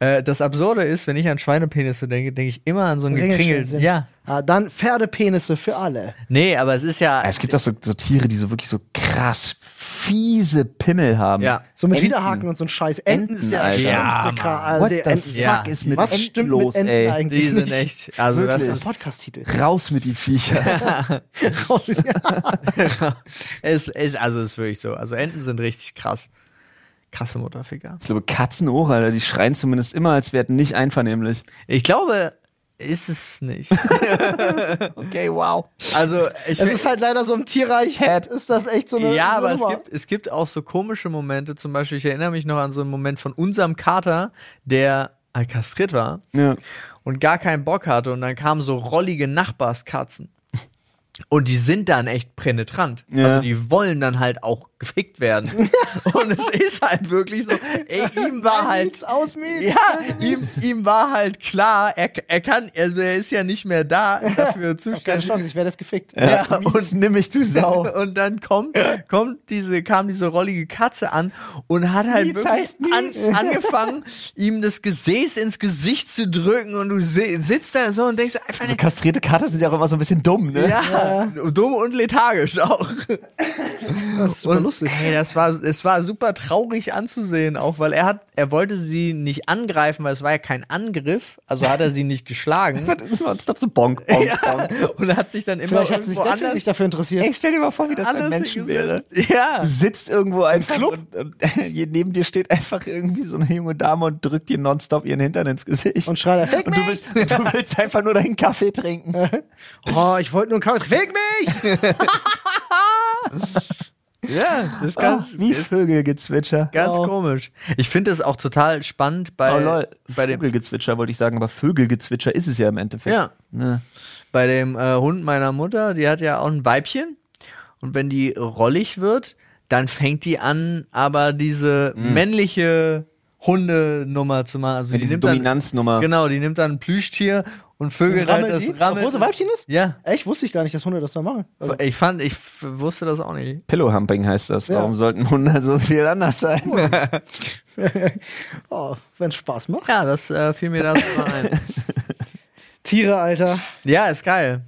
Äh, das Absurde ist, wenn ich an Schweinepenisse denke, denke ich immer an so einen gekringelten.
Ringelschwänzchen.
Ja.
Ah, dann Pferdepenisse für alle.
Nee, aber es ist ja.
Ja, Es gibt auch so, so Tiere, die so wirklich so krass fiese Pimmel haben.
ja.
So mit
Enten.
Widerhaken und so ein Scheiß. Enten, ist der
Alter.
Ja,
schlimmste
Mann.
Kram. Alter,
What the
der Enten.
fuck
Ja.
ist mit
Was
Enten
stimmt
los,
mit Enten
ey?
eigentlich?
Die sind
nicht?
echt. Also
Wirklich.
das
Das ist
ist,
ein Podcast-Titel.
Raus mit die Viecher.
es ist also ist wirklich so. Also Enten sind richtig krass. Krasse Mutterficker.
ich glaube, Katzen auch, Alter, die schreien zumindest immer, als wären nicht einvernehmlich.
Ich glaube, ist es nicht.
Okay, wow.
Also ich
Es ist halt leider so im Tierreich.
Sad.
Ist das echt so
ja,
eine. so eine
aber es
Nummer.
gibt, es gibt auch so komische Momente. Zum Beispiel, ich erinnere mich noch an so einen Moment von unserem Kater, der äh, kastriert war.
Ja.
und gar keinen Bock hatte und dann kamen so rollige Nachbarskatzen. Und die sind dann echt penetrant.
Ja.
Also die wollen dann halt auch gefickt werden. und es ist halt wirklich so, ey, ihm war halt,
Nichts aus mir.
ja, ihm, ihm war halt klar, er, er kann, also er ist ja nicht mehr da dafür
Keine
zuständig.
Chance, ich wäre das gefickt.
Ja,
und nimm mich du
Genau.
Sau.
Und dann kommt, kommt diese, kam diese rollige Katze an und hat halt
Mies
wirklich
heißt mies.
an, angefangen, ihm das Gesäß ins Gesicht zu drücken und du si- sitzt da so und denkst einfach,
Also kastrierte Kater sind ja auch immer so ein bisschen dumm, ne?
ja, dumm und lethargisch auch.
Das ist super
Und,
lustig.
Ey, das war, es war super traurig anzusehen, auch weil er hat, er wollte sie nicht angreifen, weil es war ja kein Angriff, also hat er sie nicht geschlagen
Das war so bonk, bonk, bonk.
und hat sich dann immer
Vielleicht hat sie sich
irgendwo
deswegen
anders,
nicht dafür interessiert.
Ey, stell dir mal vor, wie das bei
anders
Menschen wäre.
hingesetzt. Ja.
Du sitzt irgendwo einfach
Club.
und, und hier neben dir steht einfach irgendwie so eine junge Dame und drückt dir nonstop ihren Hintern ins Gesicht.
Und schreit er, fick
Und du willst, und du willst einfach nur deinen Kaffee trinken.
Oh, ich wollte nur einen Kaffee. Fick mich!
Ja, das ist ganz,
Ah, wie
ist
Vögelgezwitscher.
ganz
Wow.
komisch. Ich finde das auch total spannend bei,
Oh lol,
bei dem,
Vögelgezwitscher wollte ich sagen, aber Vögelgezwitscher ist es ja im Endeffekt.
Ja.
Ne.
bei dem äh, Hund meiner Mutter, die hat ja auch ein Weibchen. Und wenn die rollig wird, dann fängt die an, aber diese männliche Hundenummer zu machen. Also
Mm. Ja,
die
diese
nimmt dann,
Dominanznummer.
Genau, die nimmt dann ein Plüschtier und vögelt halt
Rammelt
das
die?
Rammel.
Obwohl sie Weibchen ist?
Ja.
Echt, wusste ich gar nicht, dass Hunde das da machen. Also,
Ich fand, ich f- wusste das auch nicht.
Pillowhumping heißt das. Warum
Ja.
sollten Hunde so viel anders sein?
oh, wenn's Spaß macht.
Ja, das äh, fiel mir das mal ein.
Tiere, Alter.
Ja, ist geil.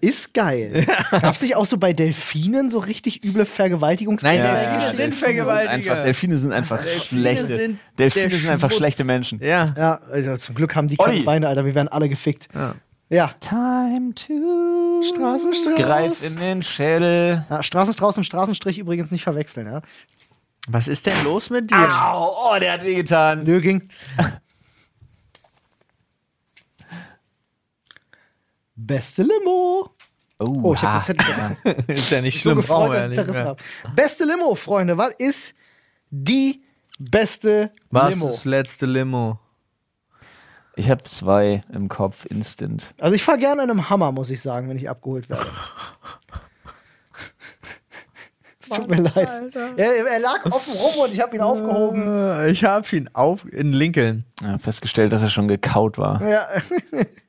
Ist geil. Gab's nicht auch so bei Delfinen so richtig üble Vergewaltigungs...
Nein,
Ja,
Delfine
ja,
sind
Delfine
Vergewaltiger.
einfach, Delfine sind einfach schlechte.
sind
Delfine
der
sind einfach
Schmutz.
schlechte Menschen.
Ja.
Ja, also zum Glück haben die keine
Olli.
Beine, Alter. Wir werden alle gefickt.
Ja.
Ja.
Time to
Straßenstrauß.
Greif in den Schädel.
ja Straßenstrauß und Straßenstrich übrigens nicht verwechseln, ja.
Was ist denn los mit dir?
Au, oh, der hat wehgetan.
Nö, ging. Beste Limo. Oh, ich hab den Zettel vergessen.
Ist ja nicht
so
schlimm. brauchen wir
gefreut, dass ich
ja nicht
zerrissen
mehr.
habe. Beste Limo, Freunde. Was ist die beste
Was
Limo?
ist letzte Limo?
Ich habe zwei im Kopf, instant.
Also ich fahre gerne an einem Hammer, muss ich sagen, wenn ich abgeholt werde. Es tut mir leid. Er, er lag offen rum und ich habe ihn aufgehoben.
Äh, Ich habe ihn auf in Lincoln.
Ja, festgestellt, dass er schon gekaut war.
Ja.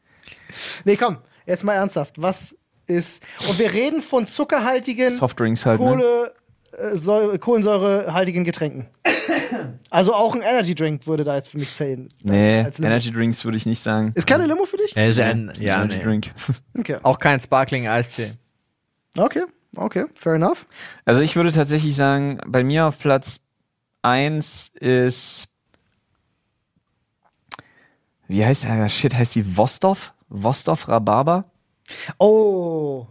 nee, komm, jetzt mal ernsthaft. Was ist. Und wir reden von zuckerhaltigen,
Softdrinks halt, ne?
Kohle, äh, Säure, kohlensäurehaltigen Getränken. also auch ein Energy Drink würde da jetzt für mich zählen.
Nee,
als Limo.
Energy Drinks würde ich nicht sagen.
Ist keine Limo für dich?
Er ist
Ist ein Energy Drink.
Okay.
Auch kein Sparkling Eistee.
Okay, okay, fair enough.
Also ich würde tatsächlich sagen, bei mir auf Platz 1 ist. Wie heißt der? Shit, heißt die Vostov? Vostov Rhabarber?
Oh,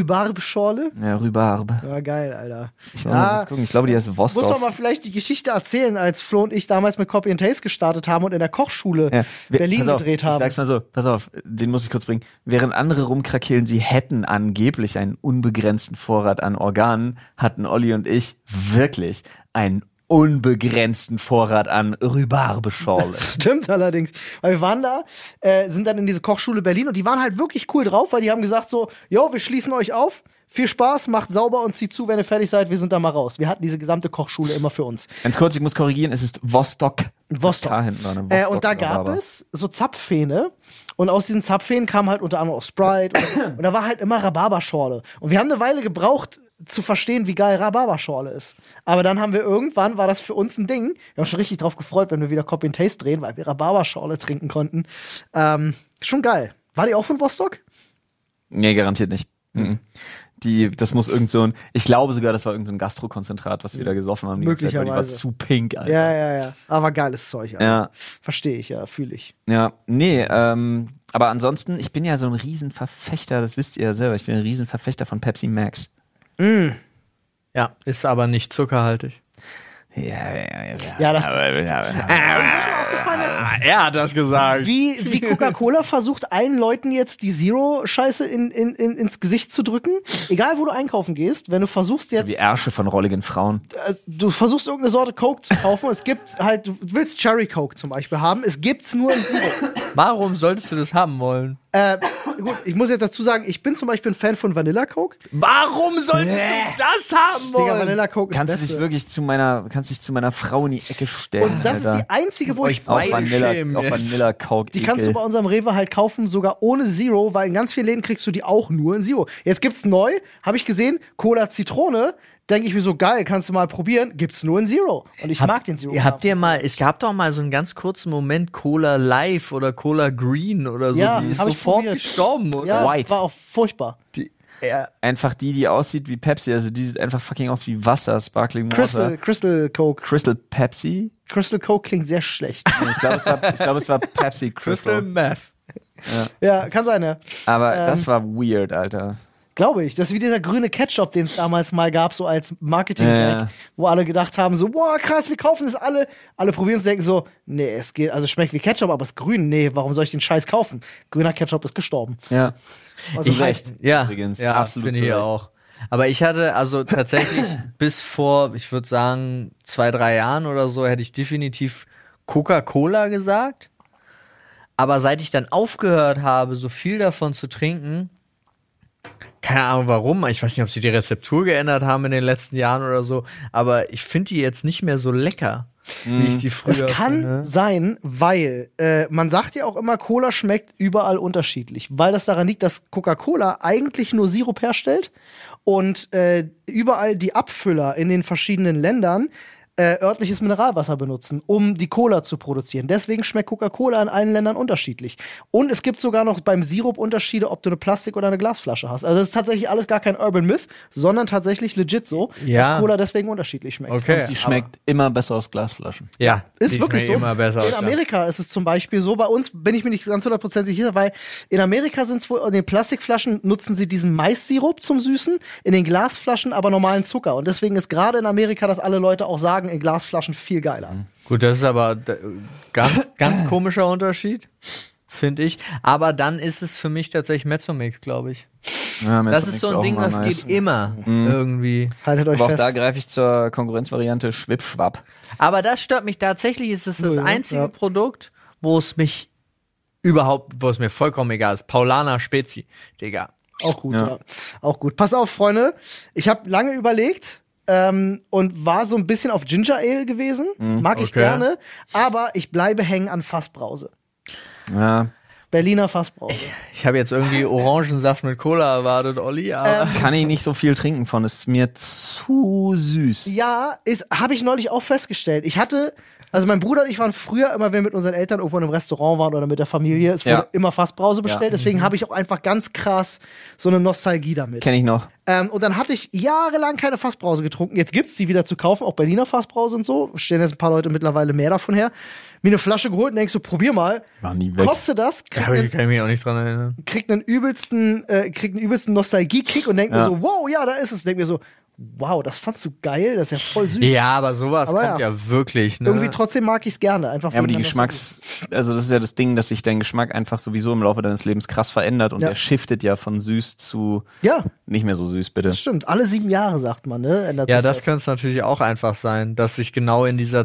Rhubarb-Schorle.
Ja, Rhubarbe.
Ja, geil, Alter.
Ich, muss mal
Ja,
kurz gucken. ich glaube, die heißt
Ah. muss doch
Vostov.
mal vielleicht die Geschichte erzählen, als Flo und ich damals mit Copy and Taste gestartet haben und in der Kochschule
Ja, wir-
Berlin
pass auf,
gedreht
Ich
haben.
sag's mal so, pass auf, den muss ich kurz bringen. Während andere rumkrakehlen, sie hätten angeblich einen unbegrenzten Vorrat an Organen, hatten Olli und ich wirklich einen unbegrenzten Vorrat an Rhubarbeschorle.
Stimmt allerdings. Weil wir waren da, äh, sind dann in diese Kochschule Berlin und die waren halt wirklich cool drauf, weil die haben gesagt so, jo, wir schließen euch auf, viel Spaß, macht sauber und zieht zu, wenn ihr fertig seid, wir sind da mal raus. Wir hatten diese gesamte Kochschule immer für uns.
Ganz kurz, ich muss korrigieren, es ist Vostok.
Vostok.
K hinten dran, ne?
Äh,
Vostok
und da gab
Rhabarber.
es so Zapfhähne und aus diesen Zapfhähnen kam halt unter anderem auch Sprite und, und da war halt immer Rhabarberschorle. Und wir haben eine Weile gebraucht zu verstehen, wie geil Rhabarberschorle ist. Aber dann haben wir irgendwann, war das für uns ein Ding. Wir haben uns schon richtig drauf gefreut, wenn wir wieder Copy and Taste drehen, weil wir Rhabarberschorle trinken konnten. Ähm, schon geil. War die auch von Vostok?
Nee, garantiert nicht.
Hm.
Mhm. Die, das muss irgend so ein, ich glaube sogar, das war irgend so ein Gastrokonzentrat, was wir da gesoffen haben. Die ganze Zeit, weil die war
Möglicherweise.
zu pink, Alter.
Ja, ja, ja. Aber geiles Zeug. Alter.
Ja.
Verstehe ich, ja, fühle ich.
Ja, nee, ähm, aber ansonsten, ich bin ja so ein Riesenverfechter, das wisst ihr ja selber, ich bin ein Riesenverfechter von Pepsi Max.
Ja, ist aber nicht zuckerhaltig.
Ja, ja, ja.
Ja, das-
Ah.
Also,
aufgefallen ist. Er hat das gesagt.
Wie, wie Coca-Cola versucht, allen Leuten jetzt die Zero-Scheiße in, in, in, ins Gesicht zu drücken. Egal, wo du einkaufen gehst, wenn du versuchst jetzt,
Wie Ärsche von rolligen Frauen.
äh, du versuchst irgendeine Sorte Coke zu kaufen, es gibt halt, du willst Cherry Coke zum Beispiel haben, es gibt's nur in Zero.
Warum solltest du das haben wollen?
Äh, gut, ich muss jetzt dazu sagen, ich bin zum Beispiel ein Fan von Vanilla Coke.
Warum solltest du das haben
Digga,
wollen?
Vanilla Coke
kannst
ist
du dich
beste.
wirklich zu meiner, kannst dich zu meiner Frau in die Ecke stellen.
Und das ist
Alter.
die einzige, wo ich
Euch
Auch
beide schämen
Vanilla, auch
jetzt.
Vanilla Coke.
Die kannst du bei unserem Rewe halt kaufen, sogar ohne Zero, weil in ganz vielen Läden kriegst du die auch nur in Zero. Jetzt gibt's neu, habe ich gesehen, Cola Zitrone. Denke ich mir so, geil, kannst du mal probieren. Gibt's nur in Zero. Und ich mag den Zero.
Ihr habt ihr mal, es gab doch mal so einen ganz kurzen Moment Cola Live oder Cola Green oder so,
Ja,
die ist
hab ich
sofort
probiert.
gestorben. Oder?
ja,
White.
war auch furchtbar.
Die, ja,
einfach die, die aussieht wie Pepsi. Also die sieht einfach fucking aus wie Wasser, Sparkling Water.
Crystal, Crystal Coke.
Crystal Pepsi.
Crystal Coke klingt sehr schlecht.
Nee, Ich glaube, es, war- ich glaube, es war Pepsi
Crystal ähm,
Crystal.
Meth.
ja, kann sein, ja.
Aber das war weird, Alter.
Glaube ich. Das ist wie dieser grüne Ketchup, den es damals mal gab, so als marketing
Ja, ja.
wo alle gedacht haben, so, wow, krass, wir kaufen es alle. Alle probieren es, denken so, nee, es geht, also es schmeckt wie Ketchup, aber es ist grün. Nee, warum soll ich den Scheiß kaufen? Grüner Ketchup ist gestorben.
Ja.
Also
Ich-
halt-
Ja,
Übrigens,
ja
absolut
Finde
zu
ich
Recht.
auch. Aber ich hatte also tatsächlich bis vor, ich würde sagen, zwei, drei Jahren oder so, hätte ich definitiv Coca-Cola gesagt. Aber seit ich dann aufgehört habe, so viel davon zu trinken, keine Ahnung warum, ich weiß nicht, ob sie die Rezeptur geändert haben in den letzten Jahren oder so, aber ich finde die jetzt nicht mehr so lecker, wie
Mhm.
ich die früher ne?
Es kann
finde.
sein, weil äh, man sagt ja auch immer, Cola schmeckt überall unterschiedlich, weil das daran liegt, dass Coca-Cola eigentlich nur Sirup herstellt und äh, überall die Abfüller in den verschiedenen Ländern äh, örtliches Mineralwasser benutzen, um die Cola zu produzieren. Deswegen schmeckt Coca-Cola in allen Ländern unterschiedlich. Und es gibt sogar noch beim Sirup Unterschiede, ob du eine Plastik- oder eine Glasflasche hast. Also das ist tatsächlich alles gar kein Urban Myth, sondern tatsächlich legit so,
Ja.
dass Cola deswegen unterschiedlich schmeckt.
Okay.
Sie schmeckt immer besser aus Glasflaschen.
ja,
Ist
die
wirklich
schmeckt
so.
immer besser.
in
aus.
Amerika ist es zum Beispiel so, bei uns bin ich mir nicht ganz hundertprozentig sicher, weil in Amerika sind es wohl, in den Plastikflaschen nutzen sie diesen Mais-Sirup zum Süßen, in den Glasflaschen aber normalen Zucker. Und deswegen ist gerade in Amerika, dass alle Leute auch sagen, in Glasflaschen viel geiler.
Gut, das ist aber d- ganz, ganz komischer Unterschied, finde ich. Aber dann ist es für mich tatsächlich Mezzomix, glaube ich.
Ja, mir
Das
auch
ist so
auch
ein Ding,
immer
das
nice.
geht eh immer
Mhm.
irgendwie.
Haltet euch
Aber auch
fest.
da greife ich zur Konkurrenzvariante Schwipschwapp.
Aber das stört mich tatsächlich. Es ist das
Ja,
einzige
ja.
Produkt, wo es mich überhaupt, wo es mir vollkommen egal ist. Paulana Spezi, Digga.
Auch gut,
Ja.
ja. Auch gut. Pass auf, Freunde. Ich habe lange überlegt ähm, und war so ein bisschen auf Ginger Ale gewesen.
Mhm.
Mag ich
okay.
gerne. Aber ich bleibe hängen an Fassbrause.
Ja.
Berliner Fassbrause.
Ich habe jetzt irgendwie Orangensaft mit Cola erwartet, Olli,
Ähm.
aber
Kann ich nicht so viel trinken von, ist mir zu süß.
Ja, ist habe ich neulich auch festgestellt. Ich hatte, also mein Bruder und ich waren früher immer, wenn wir mit unseren Eltern irgendwo in einem Restaurant waren oder mit der Familie, es wurde
Ja. Mhm.
immer Fassbrause bestellt. Deswegen habe ich auch einfach ganz krass so eine Nostalgie damit.
Kenne ich noch.
Ähm, und dann hatte ich jahrelang keine Fassbrause getrunken. Jetzt gibt's die wieder zu kaufen, auch Berliner Fassbrause und so. Stehen jetzt ein paar Leute mittlerweile mehr davon her. Mir eine Flasche geholt und denkst so, probier mal.
War nie weg.
Koste das, krieg
da
einen
kann ich mich auch nicht dran erinnern.
kriegt einen übelsten, äh, kriegt einen übelsten Nostalgie-Kick und denkt
Ja.
mir so, wow, ja, da ist es. Denkt mir so, wow, das fandst du geil, das ist ja voll süß.
Ja, aber sowas
Aber
kommt
ja.
ja, wirklich, ne?
Irgendwie trotzdem mag ich es gerne. Einfach
Ja, aber
wegen
die
der
Geschmacks, also das ist ja das Ding, dass sich dein Geschmack einfach sowieso im Laufe deines Lebens krass verändert und
Ja.
der shiftet ja von süß zu
Nostalgie. Ja,
nicht mehr so süß, bitte.
das stimmt. Alle sieben Jahre, sagt man, ne? Ändert
Ja,
sich
das kann es natürlich auch einfach sein, dass ich genau in dieser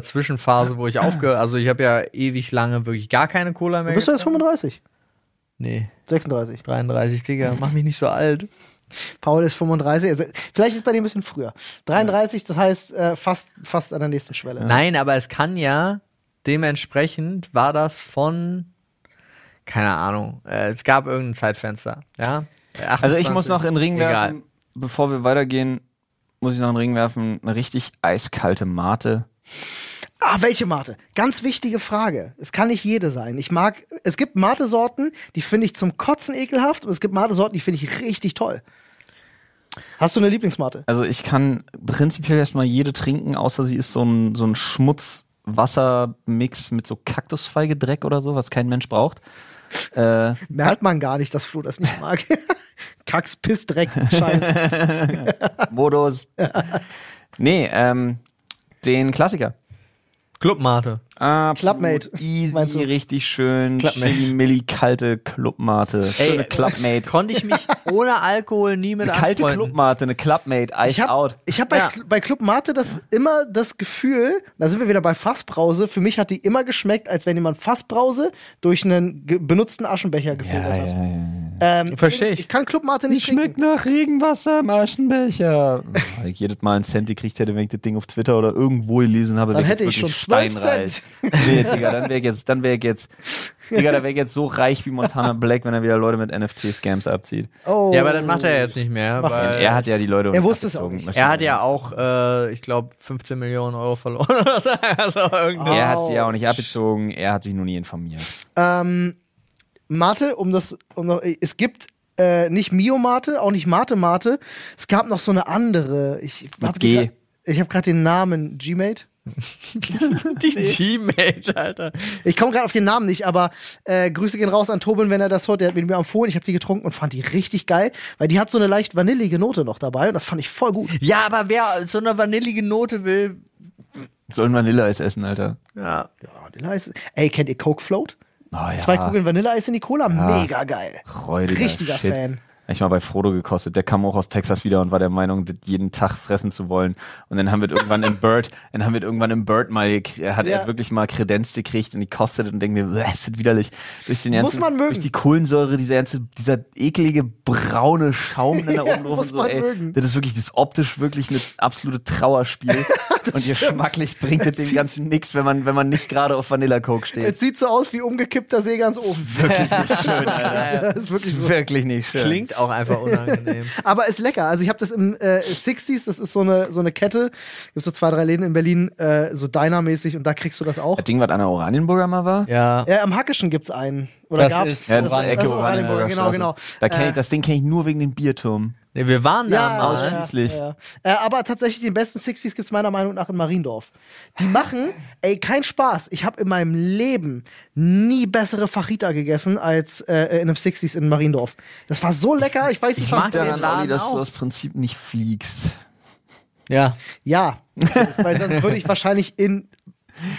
Zwischenphase, wo ich aufgehört, also ich habe ja ewig lange wirklich gar keine Cola mehr.
Du bist du jetzt 35?
getrunken. nee,
36.
33, Digga, mach mich nicht so alt.
Paul ist 35. Also, vielleicht ist bei dir ein bisschen früher. 33, das heißt äh, fast, fast an der nächsten Schwelle.
Nein, aber es kann ja dementsprechend war das von keine Ahnung, äh, es gab irgendein Zeitfenster, ja?
Also ich muss
28,
noch in den Ring
egal.
werfen, bevor wir weitergehen, muss ich noch in den Ring werfen, eine richtig eiskalte Mate.
Ah, welche Mate? Ganz wichtige Frage. Es kann nicht jede sein. Ich mag, es gibt Mate-Sorten, die finde ich zum Kotzen ekelhaft und es gibt Mate-Sorten, die finde ich richtig toll. Hast du eine Lieblingsmate?
Also ich kann prinzipiell erstmal jede trinken, außer sie ist so ein, so ein Schmutzwassermix mit so Kaktusfeige-Dreck oder so, was kein Mensch braucht. Äh,
Merkt man gar nicht, dass Flo das nicht mag. Kacks, Piss, Dreck, Scheiß.
Modus. nee, ähm, den Klassiker.
Clubmate.
Absolut
Clubmate, meinst
Easy,
du?
richtig schön,
Clubmate.
chili-milli-kalte Clubmate. Schöne Clubmate.
Konnte ich mich Ohne Alkohol, nie mit
Eine kalte
anfreunden.
Clubmate, eine Clubmate, iced
Ich habe
out.
ich hab bei,
Ja.
Cl- bei Club Mate das immer das Gefühl, da sind wir wieder bei Fassbrause, für mich hat die immer geschmeckt, als wenn jemand Fassbrause durch einen ge- benutzten Aschenbecher gefiltert hat. Ähm,
Versteh ich.
Ich kann Club Mate nicht trinken.
nach Regenwasser im Aschenbecher. Wenn ich jedes Mal einen Cent gekriegt hätte, wenn ich das Ding auf Twitter oder irgendwo gelesen habe,
Dann
wär
hätte
jetzt
ich
wirklich
schon 12
steinreich. Nee, Digga, dann wäre ich jetzt, dann wäre ich jetzt, Digga, da wäre ich jetzt so reich wie Montana Black, wenn er wieder Leute mit NFT-Scams abzieht.
Oh.
Ja, aber das macht er jetzt nicht mehr.
Macht
Weil
Er hat ja die Leute
Er wusste es auch
abgezogen.
nicht.
Äh, er hat ja auch, äh, ich glaube, 15 Millionen Euro verloren. oder so. also irgendeine-
Er hat sie ja auch nicht abgezogen, er hat sich nur nie informiert.
Ähm, Mate, um das, um noch, es gibt äh, nicht Mio Mate, auch nicht Mate Mate. Es gab noch so eine andere. Ich
Mit
hab die
G.
grad- Ich habe gerade den Namen Gmate.
Die G-Mage, Alter.
Ich komme gerade auf den Namen nicht, aber äh, Grüße gehen raus an Tobin, wenn er das hört. Der hat mit mir empfohlen. Ich habe die getrunken und fand die richtig geil, weil die hat so eine leicht vanillige Note noch dabei und das fand ich voll gut.
Ja, aber wer so eine vanillige Note will,
Sollen Vanilleeis essen, Alter.
ja.
Ja, Vanilleeis. Ey, kennt ihr Coke Float?
Oh, ja.
Zwei Kugeln Vanilleeis in die Cola, mega geil.
Räudiger
Richtiger
Shit.
Fan.
Hab Ich mal bei Frodo gekostet. Der kam auch aus Texas wieder und war der Meinung, das jeden Tag fressen zu wollen. Und dann haben wir das irgendwann im Bird, dann haben wir das irgendwann im Bird mal, gekrie- hat
Ja.
er wirklich mal Kredenz gekriegt und die kostet und denkt mir, "Bäh, ist das widerlich. Durch den ganzen,
man mögen.
durch die Kohlensäure, dieser ganze, dieser eklige braune Schaum, der da
Ja,
oben drauf
muss
ist, so,
man
ey,
mögen.
das ist wirklich, das ist optisch wirklich eine absolute Trauerspiel. und ihr schmacklich bringt das dem Ganzen nix, wenn man, wenn man nicht gerade auf Vanilla Coke steht.
Jetzt sieht so aus wie umgekippter See ganz oben.
Wirklich nicht schön, Alter.
Das ist wirklich so.
Wirklich nicht schön.
klingt auch einfach unangenehm.
Aber ist lecker. Also ich habe das im äh, 60s, das ist so eine, so eine Kette. Gibt so zwei, drei Läden in Berlin, äh, so Diner-mäßig und da kriegst du das auch.
Das Ding, was an der Oranienburger mal war?
ja.
Ja, am Hackischen gibt's einen. Oder
Das
gab's?
ist
Ja, das
Oran-
ist Ecke
das ist
Oranienburger
Oranienburger, genau,
Straße.
genau.
Da kenn ich,
Äh,
das Ding kenne ich nur wegen dem Bierturm.
Nee, wir waren da mal.
ja. ausschließlich.
Ja, ja. Äh, aber tatsächlich den besten 60s gibt es meiner Meinung nach in Mariendorf. Die machen, ey, kein Spaß. Ich habe in meinem Leben nie bessere Fajita gegessen als äh, in einem 60s in Mariendorf. Das war so lecker, ich weiß nicht,
Ich
was
mag
da-
den Laden
Olli, dass
auch.
du aus Prinzip nicht fliegst.
Ja.
Ja, weil sonst würde ich wahrscheinlich in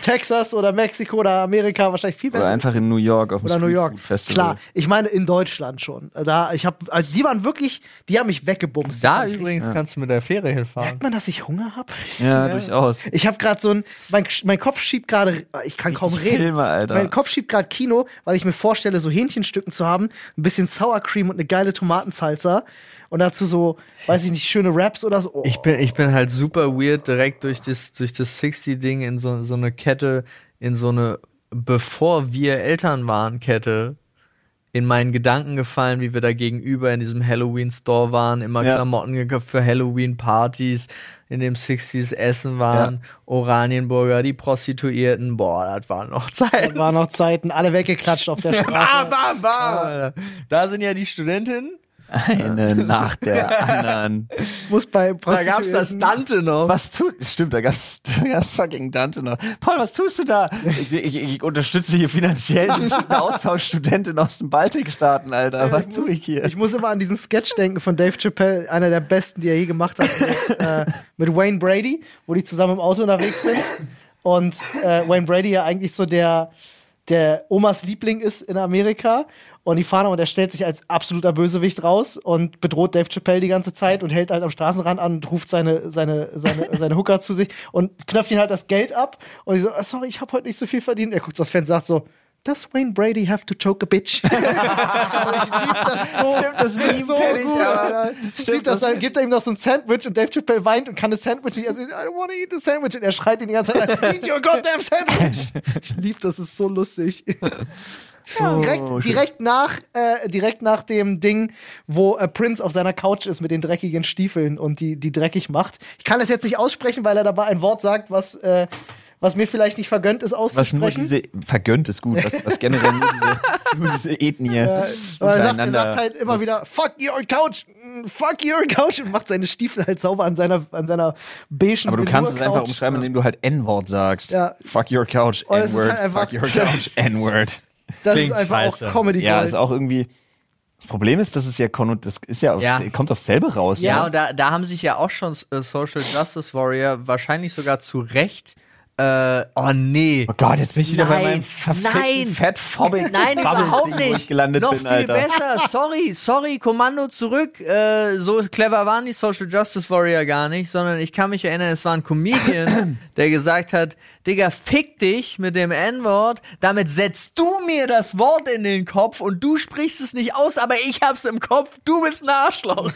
Texas oder Mexiko oder Amerika wahrscheinlich viel
Oder
besser
einfach in New York auf dem
oder New York.
Street Food Festival.
Klar, ich meine in Deutschland schon. Da ich habe also die waren wirklich, die haben mich weggebumst.
Da
Fand ich richtig-
übrigens kannst du mit der Fähre hinfahren.
Merkt man, dass ich Hunger habe?
Ja, durchaus.
Ich habe gerade so ein, mein, mein Kopf schiebt gerade, ich kann kaum
Richtig
reden.
Filme, Alter.
Mein Kopf schiebt gerade Kino, weil ich mir vorstelle, so Hähnchenstücken zu haben, ein bisschen Sour Cream und eine geile Tomatensalsa und dazu so, weiß ich nicht, schöne Wraps oder so. Oh.
Ich bin, ich bin halt super weird, direkt durch das, durch das 60-Ding in so, so eine Kette, in so eine bevor wir Eltern waren Kette in meinen Gedanken gefallen, wie wir da gegenüber in diesem Halloween-Store waren, immer
Ja.
Klamotten gekauft für Halloween-Partys, in dem 60s Essen waren, Oranienburger, die Prostituierten, boah, das waren noch Zeiten.
war Oh, noch Zeiten, alle weggeklatscht auf der
Ah,
Straße.
Bam, bam, bam. Da sind ja die Studentinnen.
Eine nach der anderen.
Muss bei
Da gab's das Dante noch.
Was tut. Stimmt, da gab's, da gab's fucking Dante noch. Paul, was tust du da? Ich, ich, ich unterstütze hier finanziell die Austauschstudentin aus den Baltikstaaten, Alter. Was tue Äh, ich hier?
Ich muss immer an diesen Sketch denken von Dave Chappelle, einer der besten, die er je gemacht hat, mit, äh, mit Wayne Brady, wo die zusammen im Auto unterwegs sind. Und äh, Wayne Brady ja eigentlich so der, der Omas Liebling ist in Amerika. Und die fahren und er stellt sich als absoluter Bösewicht raus und bedroht Dave Chappelle die ganze Zeit und hält halt am Straßenrand an und ruft seine, seine, seine, seine Hooker zu sich und knöpft ihn halt das Geld ab. Und die so, "Ah, sorry, ich habe heute nicht so viel verdient. Er guckt so aufs Fenster und sagt so, Does Wayne Brady have to choke a bitch? ich lieb das so.
Stimmt, das Meme
so
kenn ich,
gut,
aber-
Alter. Ich lieb
Stimmt,
das,
das-
dann gibt er ihm noch so ein Sandwich und Dave Chappelle weint und kann das Sandwich nicht. Also, I don't wanna eat the sandwich. Und er schreit ihn die ganze Zeit an, eat your goddamn sandwich. Ich lieb das, ist so lustig. Ja, direkt, direkt, nach, äh, direkt nach dem Ding, wo äh, Prince auf seiner Couch ist mit den dreckigen Stiefeln und die, die dreckig macht. Ich kann das jetzt nicht aussprechen, weil er dabei ein Wort sagt, was, äh, was mir vielleicht nicht vergönnt ist
Was
auszusprechen.
nur diese. Vergönnt ist gut. Was, was generell nur diese, nur diese Ethnie.
Aber er sagt, er
untereinander
sagt halt immer
nutzt.
wieder, fuck your couch, mm, fuck your couch und macht seine Stiefel halt sauber an seiner, an seiner beigen
Aber du kannst es
Velour-Couch.
einfach umschreiben, indem du halt N-Wort sagst.
Ja.
Fuck your couch,
Oh, das ist
N-Word.
halt einfach-
Fuck your couch, N-Word.
Das
Klingt
ist einfach
scheiße.
auch Comedy
Ja,
Gold.
ist auch irgendwie. Das Problem ist, dass es ja konnot, das ist ja, aufs,
Ja.
kommt aufs selbe raus.
Ja,
ne?
und da, da haben sich ja auch schon äh, Social Justice Warrior wahrscheinlich sogar zu Recht Äh, oh nee.
Oh Gott, jetzt bin ich wieder bei
Nein,
meinem
nein.
verfickten fettphobic
Nein,
Bubble,
überhaupt
wo
nicht.
ich gelandet
Noch
bin,
viel
Alter.
besser. Sorry, sorry, Kommando zurück. Äh, so clever waren die Social Justice Warrior gar nicht, sondern ich kann mich erinnern, es war ein Comedian, der gesagt hat, Digga, fick dich mit dem N-Wort, damit setzt du mir das Wort in den Kopf und du sprichst es nicht aus, aber ich hab's im Kopf, du bist ein Arschloch.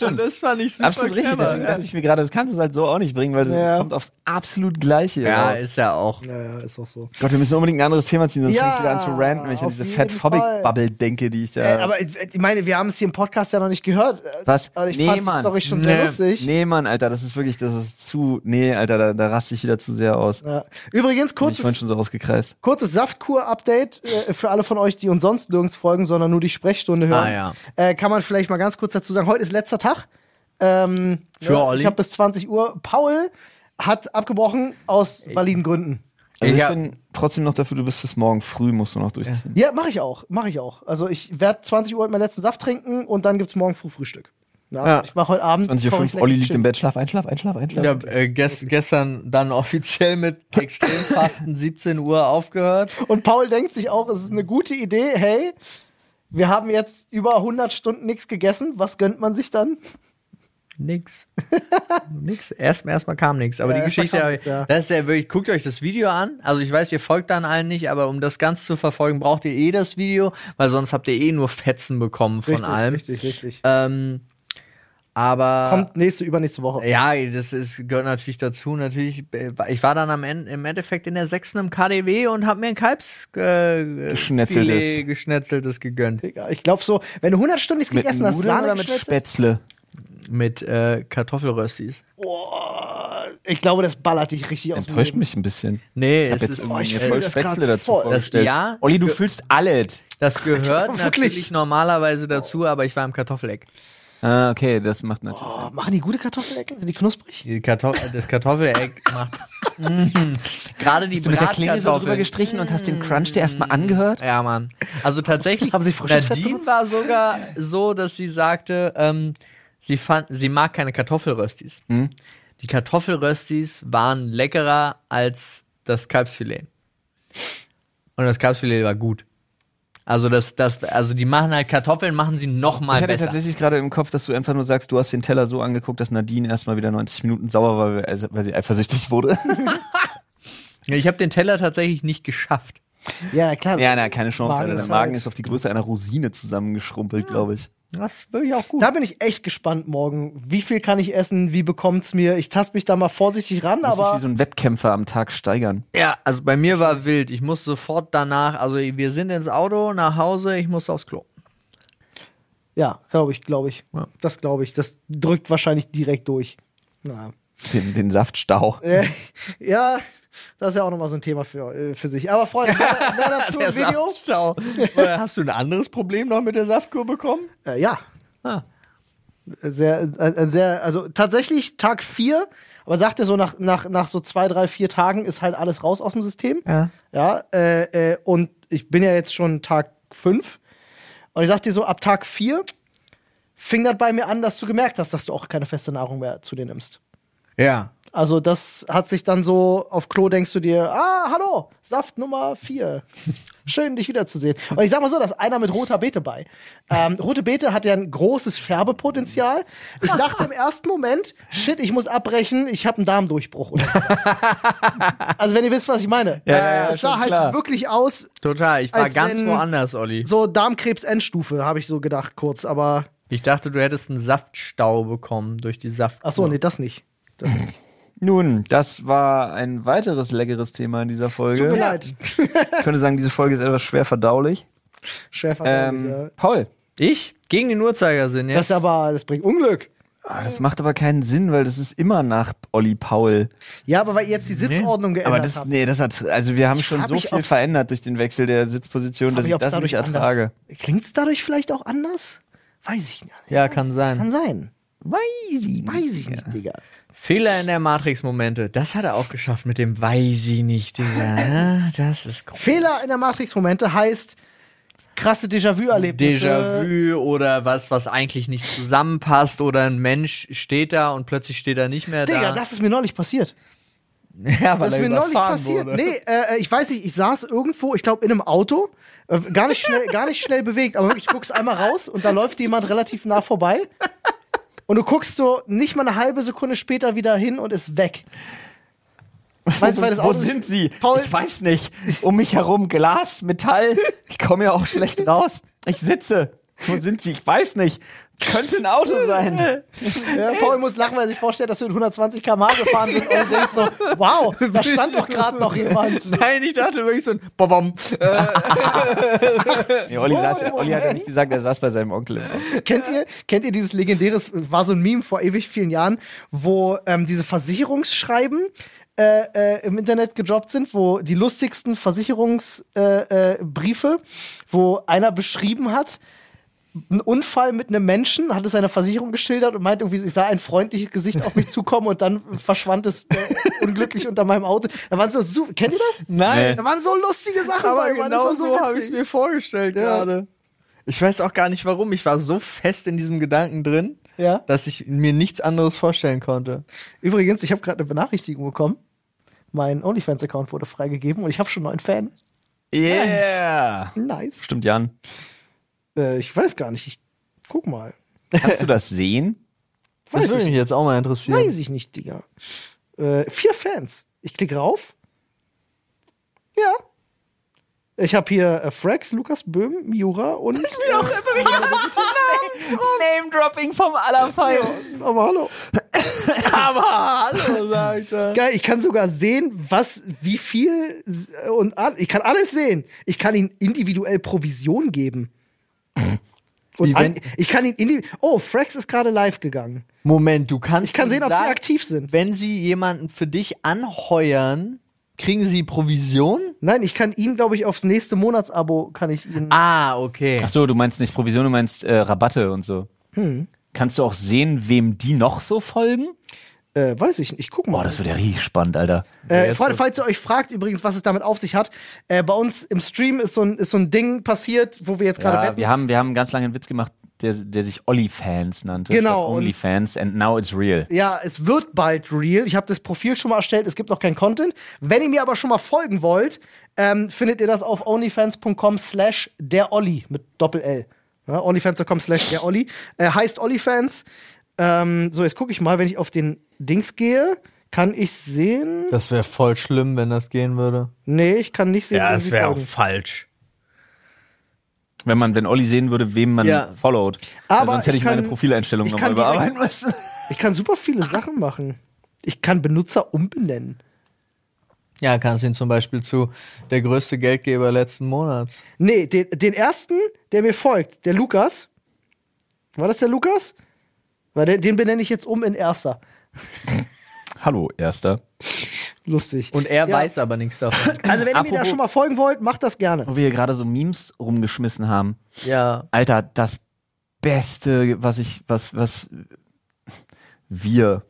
So. und das fand ich super
Absolut richtig,
clever.
deswegen dachte ich mir gerade, das kannst du halt so auch nicht bringen, weil das
Ja.
kommt aufs absolut Gleiche
ja,
raus.
ist ja auch.
Ja, ja, ist auch so.
Gott, wir müssen unbedingt ein anderes Thema ziehen, sonst
Ja,
fange ich wieder an zu ranten, wenn ich an
auf
diese
jeden Fall.
fettphobic Bubble denke, die ich da...
Äh, aber äh, ich meine, wir haben es hier im Podcast ja noch nicht gehört. Äh,
Was?
Aber ich fand die Story schon sehr
Nee.
lustig.
Nee, Mann, Alter, das ist wirklich, das ist zu. Nee, Alter, da, da raste ich wieder zu sehr aus.
Ja. Übrigens,
Bin ich vorhin
kurzes,
schon so ausgekreist.
kurzes Saftkur-Update äh, für alle von euch, die uns sonst nirgends folgen, sondern nur die Sprechstunde hören.
Ah, ja.
äh, kann man vielleicht mal ganz kurz dazu sagen, heute ist letzter Tag. Ähm,
Für
ja,
Olli.
Ich habe bis 20 Uhr. Paul hat abgebrochen aus validen Gründen.
Also ich
Ja.
bin trotzdem noch dafür, du bist bis morgen früh, musst du noch durchziehen.
Ja, mache ich auch, mache ich auch. Also ich werde 20 Uhr meinen letzten Saft trinken und dann gibt's morgen früh Frühstück. Ja,
Ja.
Ich mache heute Abend.
20.05 Uhr, Olli liegt im Bett, schlaf ein, schlaf ein, schlaf ein, schlaf
Ich
ein.
habe äh, ges gestern dann offiziell mit Extremfasten 17 Uhr aufgehört.
Und Paul denkt sich auch, es ist eine gute Idee. Hey, wir haben jetzt über 100 Stunden nichts gegessen. Was gönnt man sich dann?
Nix. nix. Erst, erstmal kam nix. Aber
Ja,
die
erstmal
Geschichte,
kam nix, ja.
das ist ja wirklich, guckt euch das Video an. Also ich weiß, ihr folgt dann allen nicht, aber um das Ganze zu verfolgen, braucht ihr eh das Video, weil sonst habt ihr eh nur Fetzen bekommen von allem.
richtig, richtig.
Ähm, aber.
Kommt nächste, übernächste Woche.
Ja, das ist, gehört natürlich dazu. Natürlich, äh, ich war dann am Ende im Endeffekt in der sechsten im KDW und habe mir ein Kalbs äh,
Geschnetzeltes.
Filet geschnetzeltes gegönnt
Digga, Ich glaube so, wenn du 100 Stunden nichts
Mit
gegessen hast,
Nudeln
Sahne
oder mit
geschnetzt-
Spätzle?
mit äh, Kartoffelröstis.
Boah, ich glaube, das ballert dich richtig aus dem
Enttäuscht
Leben.
mich ein bisschen.
Nee,
Ich hab
es
jetzt
ist
irgendwie
ich
mir
fühl
voll
das
Spätzle
grad
dazu
voll. Das-
vorgestellt.
ja.
Olli, du fühlst alles.
oh, Das gehört
Wirklich?
natürlich normalerweise dazu, aber ich war im Kartoffeleck.
Ah, okay, das macht natürlich
Oh, machen die gute Kartoffelecken? Sind die knusprig?
Die Kartoff das Kartoffeleck macht Mm. gerade die
Sinn. Du mit der Klinge so
also
drüber
Bratkartoffeln.
gestrichen und hast den Crunch dir
Mm.
erstmal angehört?
Ja, Mann. Also tatsächlich,
Haben Sie frisches Fett
Nadine
benutzt?
war sogar so, dass sie sagte, ähm, sie, fand, sie mag keine Kartoffelröstis. Die Kartoffelröstis waren leckerer als das Kalbsfilet. Und das Kalbsfilet war gut. Also das, das, also die machen halt Kartoffeln, machen sie noch mal
Ich hatte
besser.
tatsächlich gerade im Kopf, dass du einfach nur sagst, du hast den Teller so angeguckt, dass Nadine erstmal wieder 90 Minuten sauer war, weil- also, weil sie eifersüchtig wurde.
Ich habe den Teller tatsächlich nicht geschafft.
Ja, klar.
Ja, na, keine Chance,
Magen
Alter. Der
ist
Magen
halt-
ist auf die Größe einer Rosine zusammengeschrumpelt, glaube ich.
Das ist wirklich auch gut.
Da bin ich echt gespannt morgen. Wie viel kann ich essen? Wie bekommt's mir? Ich tast mich da mal vorsichtig ran,
Muss ich
aber
wie so ein Wettkämpfer am Tag steigern.
Ja, also bei mir war wild. Ich musste sofort danach, also wir sind ins Auto, nach Hause, ich musste aufs Klo.
ja, glaube ich, glaube ich.
Ja.
Das glaube ich. Das drückt wahrscheinlich direkt durch. Na.
Den, den Saftstau.
Äh, ja, das ist ja auch nochmal so ein Thema für, äh, für sich. Aber Freunde, mehr, mehr dazu im Video.
Saftstau. Äh, Hast du ein anderes Problem noch mit der Saftkur bekommen?
Äh, ja,
Ah.
sehr, äh, ein sehr, also tatsächlich Tag 4, aber sagt er so, nach, nach, nach so zwei, drei, vier Tagen ist halt alles raus aus dem System.
Ja.
Ja, äh, äh, und ich bin ja jetzt schon Tag 5. Und ich sag dir so, ab Tag 4 fing das bei mir an, dass du gemerkt hast, dass du auch keine feste Nahrung mehr zu dir nimmst.
Ja.
Also das hat sich dann so, auf Klo denkst du dir, ah, hallo, Saft Nummer 4. Schön, dich wiederzusehen. Und ich sag mal so, da ist einer mit roter Beete bei. Ähm, rote Beete hat ja ein großes Färbepotenzial. Ich dachte im ersten Moment, shit, ich muss abbrechen, ich habe einen Darmdurchbruch. Oder sowas. also wenn ihr wisst, was ich meine.
Ja, ja, ja,
es sah
schon
halt
klar.
wirklich aus,
Total, ich war
Als
ganz
wenn-
woanders, Olli.
so Darmkrebs-Endstufe, habe ich so gedacht kurz. Aber,
Ich dachte, du hättest einen Saftstau bekommen durch die Saftkur.
ach so, nee, das nicht. Das nicht.
Nun, das war ein weiteres leckeres Thema in dieser
Tut mir
Folge.
leid.
Ich könnte sagen, diese Folge ist etwas schwer verdaulich.
Schärfer.
Ähm, Paul,
Ich? Gegen den Uhrzeigersinn, ja?
Das ist aber, das bringt Unglück.
ah, das macht aber keinen Sinn, weil das ist immer nach Olli Paul.
Ja, aber weil ihr jetzt die Sitzordnung geändert
Aber das,
habt.
nee, das hat, also wir haben schon
frag
so
mich,
viel
ob's-
verändert durch den Wechsil der Sitzposition, dass
Frag
ich
mich, ob's
das nicht
dadurch
ertrage.
Anders, klingt's dadurch vielleicht auch anders? Weiß ich nicht.
Ja, kann sein.
Kann sein.
Weiß ich
Weiß ich nicht, Digga.
Fehler in der Matrix-Momente. Das hat er auch geschafft mit dem Weiß ich nicht, Digga. ne? Das ist groß.
Fehler in der Matrix-Momente heißt krasse Déjà-vu-Erlebnisse.
Déjà-vu oder was, was eigentlich nicht zusammenpasst oder ein Mensch steht da und plötzlich steht er nicht mehr
Digga,
da.
das ist mir neulich passiert.
Ja, weil
das ist
er
mir neulich
überfahren
passiert.
wurde.
Nee, äh, ich weiß nicht, ich saß irgendwo, ich glaube in einem Auto, äh, gar nicht schnell, gar nicht schnell bewegt, aber wirklich, du guckst einmal raus und da läuft jemand relativ nah vorbei. Und du guckst so nicht mal eine halbe Sekunde später wieder hin und ist weg. Meinst du, weil das
Wo
Auto
sind sie?
Paul-
ich weiß nicht. Um mich herum Glas, Metall. Ich komme ja auch schlecht raus. Ich sitze. Wo sind sie? Ich weiß nicht. Könnte ein Auto sein.
Ja, Paul muss lachen, weil er sich vorstellt, dass wir mit 120 km/h gefahren sind und denkt so, wow, da stand doch gerade noch jemand.
Nein, ich dachte wirklich so ein Bobom.
Nee, Olli, saß,
Moment.
Olli hat ja nicht gesagt, er saß bei seinem Onkel im Auto.
Kennt ihr, kennt ihr dieses legendäres, war so ein Meme vor ewig vielen Jahren, wo ähm, diese Versicherungsschreiben äh, äh, im Internet gedroppt sind, wo die lustigsten Versicherungsbriefe, äh, Briefe, wo einer beschrieben hat, einen Unfall mit einem Menschen, hat es seiner Versicherung geschildert und meint irgendwie, ich sah ein freundliches Gesicht auf mich zukommen und dann verschwand es äh, unglücklich unter meinem Auto. Da waren so, su- kennt ihr das?
Nein,
Nee.
Da waren so lustige Sachen.
aber
bei, Mann, das
genau
war
so habe
witzig.
ich es mir vorgestellt
Ja.
gerade. Ich weiß auch gar nicht warum. Ich war so fest in diesem Gedanken drin,
Ja.
dass ich mir nichts anderes vorstellen konnte.
Übrigens, ich habe gerade eine Benachrichtigung bekommen. Mein OnlyFans-Account wurde freigegeben und ich habe schon einen neuen Fan.
Yeah.
Nice.
Stimmt, Jan.
Äh, ich weiß gar nicht. Ich guck mal.
Kannst du das sehen?
Weiß
das würde
ich
mich jetzt auch mal interessieren.
Weiß ich nicht, Digga. Äh, vier Fans. Ich klicke rauf. Ja. Ich habe hier äh, Frax, Lukas Böhm, Miura und. äh, Wie auch
Name-Dropping vom Allerfeier.
immer. Aber hallo.
Aber hallo, sagt er.
Geil, ich kann sogar sehen, was, wie viel äh, und all, ich kann alles sehen. Ich kann ihm individuell Provision geben. Und
Wie wenn-
an, ich kann ihn individuell. Oh, Frax ist gerade live gegangen.
Moment, du kannst
Ich kann
ihm
sehen, ob sie
sagen,
aktiv sind.
wenn sie jemanden für dich anheuern, kriegen sie Provision?
Nein, ich kann ihn, glaube ich, aufs nächste Monatsabo kann ich ihn.
Ah, okay.
Ach so, du meinst nicht Provision, du meinst äh, Rabatte und so.
Hm.
Kannst du auch sehen, wem die noch so folgen?
Äh, weiß ich nicht. Ich guck mal.
Boah, das wird ja richtig spannend, Alter.
Äh,
Jetzt
Freunde,
wird's-
falls ihr euch fragt übrigens, was es damit auf sich hat, äh, bei uns im Stream ist so ein, ist so ein Ding passiert, wo wir jetzt gerade
Ja,
wetten.
Äh, wir, haben, wir haben ganz lange einen Witz gemacht, der, der sich Olli-Fans nannte.
Genau,
statt
und-
Only-Fans and now it's real.
Ja, es wird bald real. Ich habe das Profil schon mal erstellt, es gibt noch kein Content. Wenn ihr mir aber schon mal folgen wollt, ähm, findet ihr das auf onlyfans.com slash der Olli mit Doppel-L. Ja, onlyfans.com slash der Olli. Äh, heißt Ollifans. Ähm, so, jetzt gucke ich mal, wenn ich auf den Dings gehe, kann ich sehen?
Das wäre voll schlimm, wenn das gehen würde.
Nee, ich kann nicht sehen. wem sie
wär
folgen.
falsch.
Wenn man, wenn Olli sehen würde, wem man
Ja.
followt. Weil
Aber
sonst hätte ich,
ich kann-
meine Profileinstellung
ich
nochmal
kann direkt-
überarbeiten müssen.
Ich kann super viele Sachen machen. Ich kann Benutzer umbenennen.
Ja, kannst ihn zum Beispiel zu der größte Geldgeber letzten Monats.
Nee, den, den ersten, der mir folgt, der Lukas. War das der Lukas? Weil den, den benenne ich jetzt um in Erster.
Hallo, Erster.
Lustig.
Und er
Ja.
weiß aber nichts davon.
also, wenn ihr mir da
Apropos-
schon mal folgen wollt, macht das gerne.
Wo wir hier gerade so Memes rumgeschmissen haben.
ja.
Alter, das Beste, was ich, was, was wir.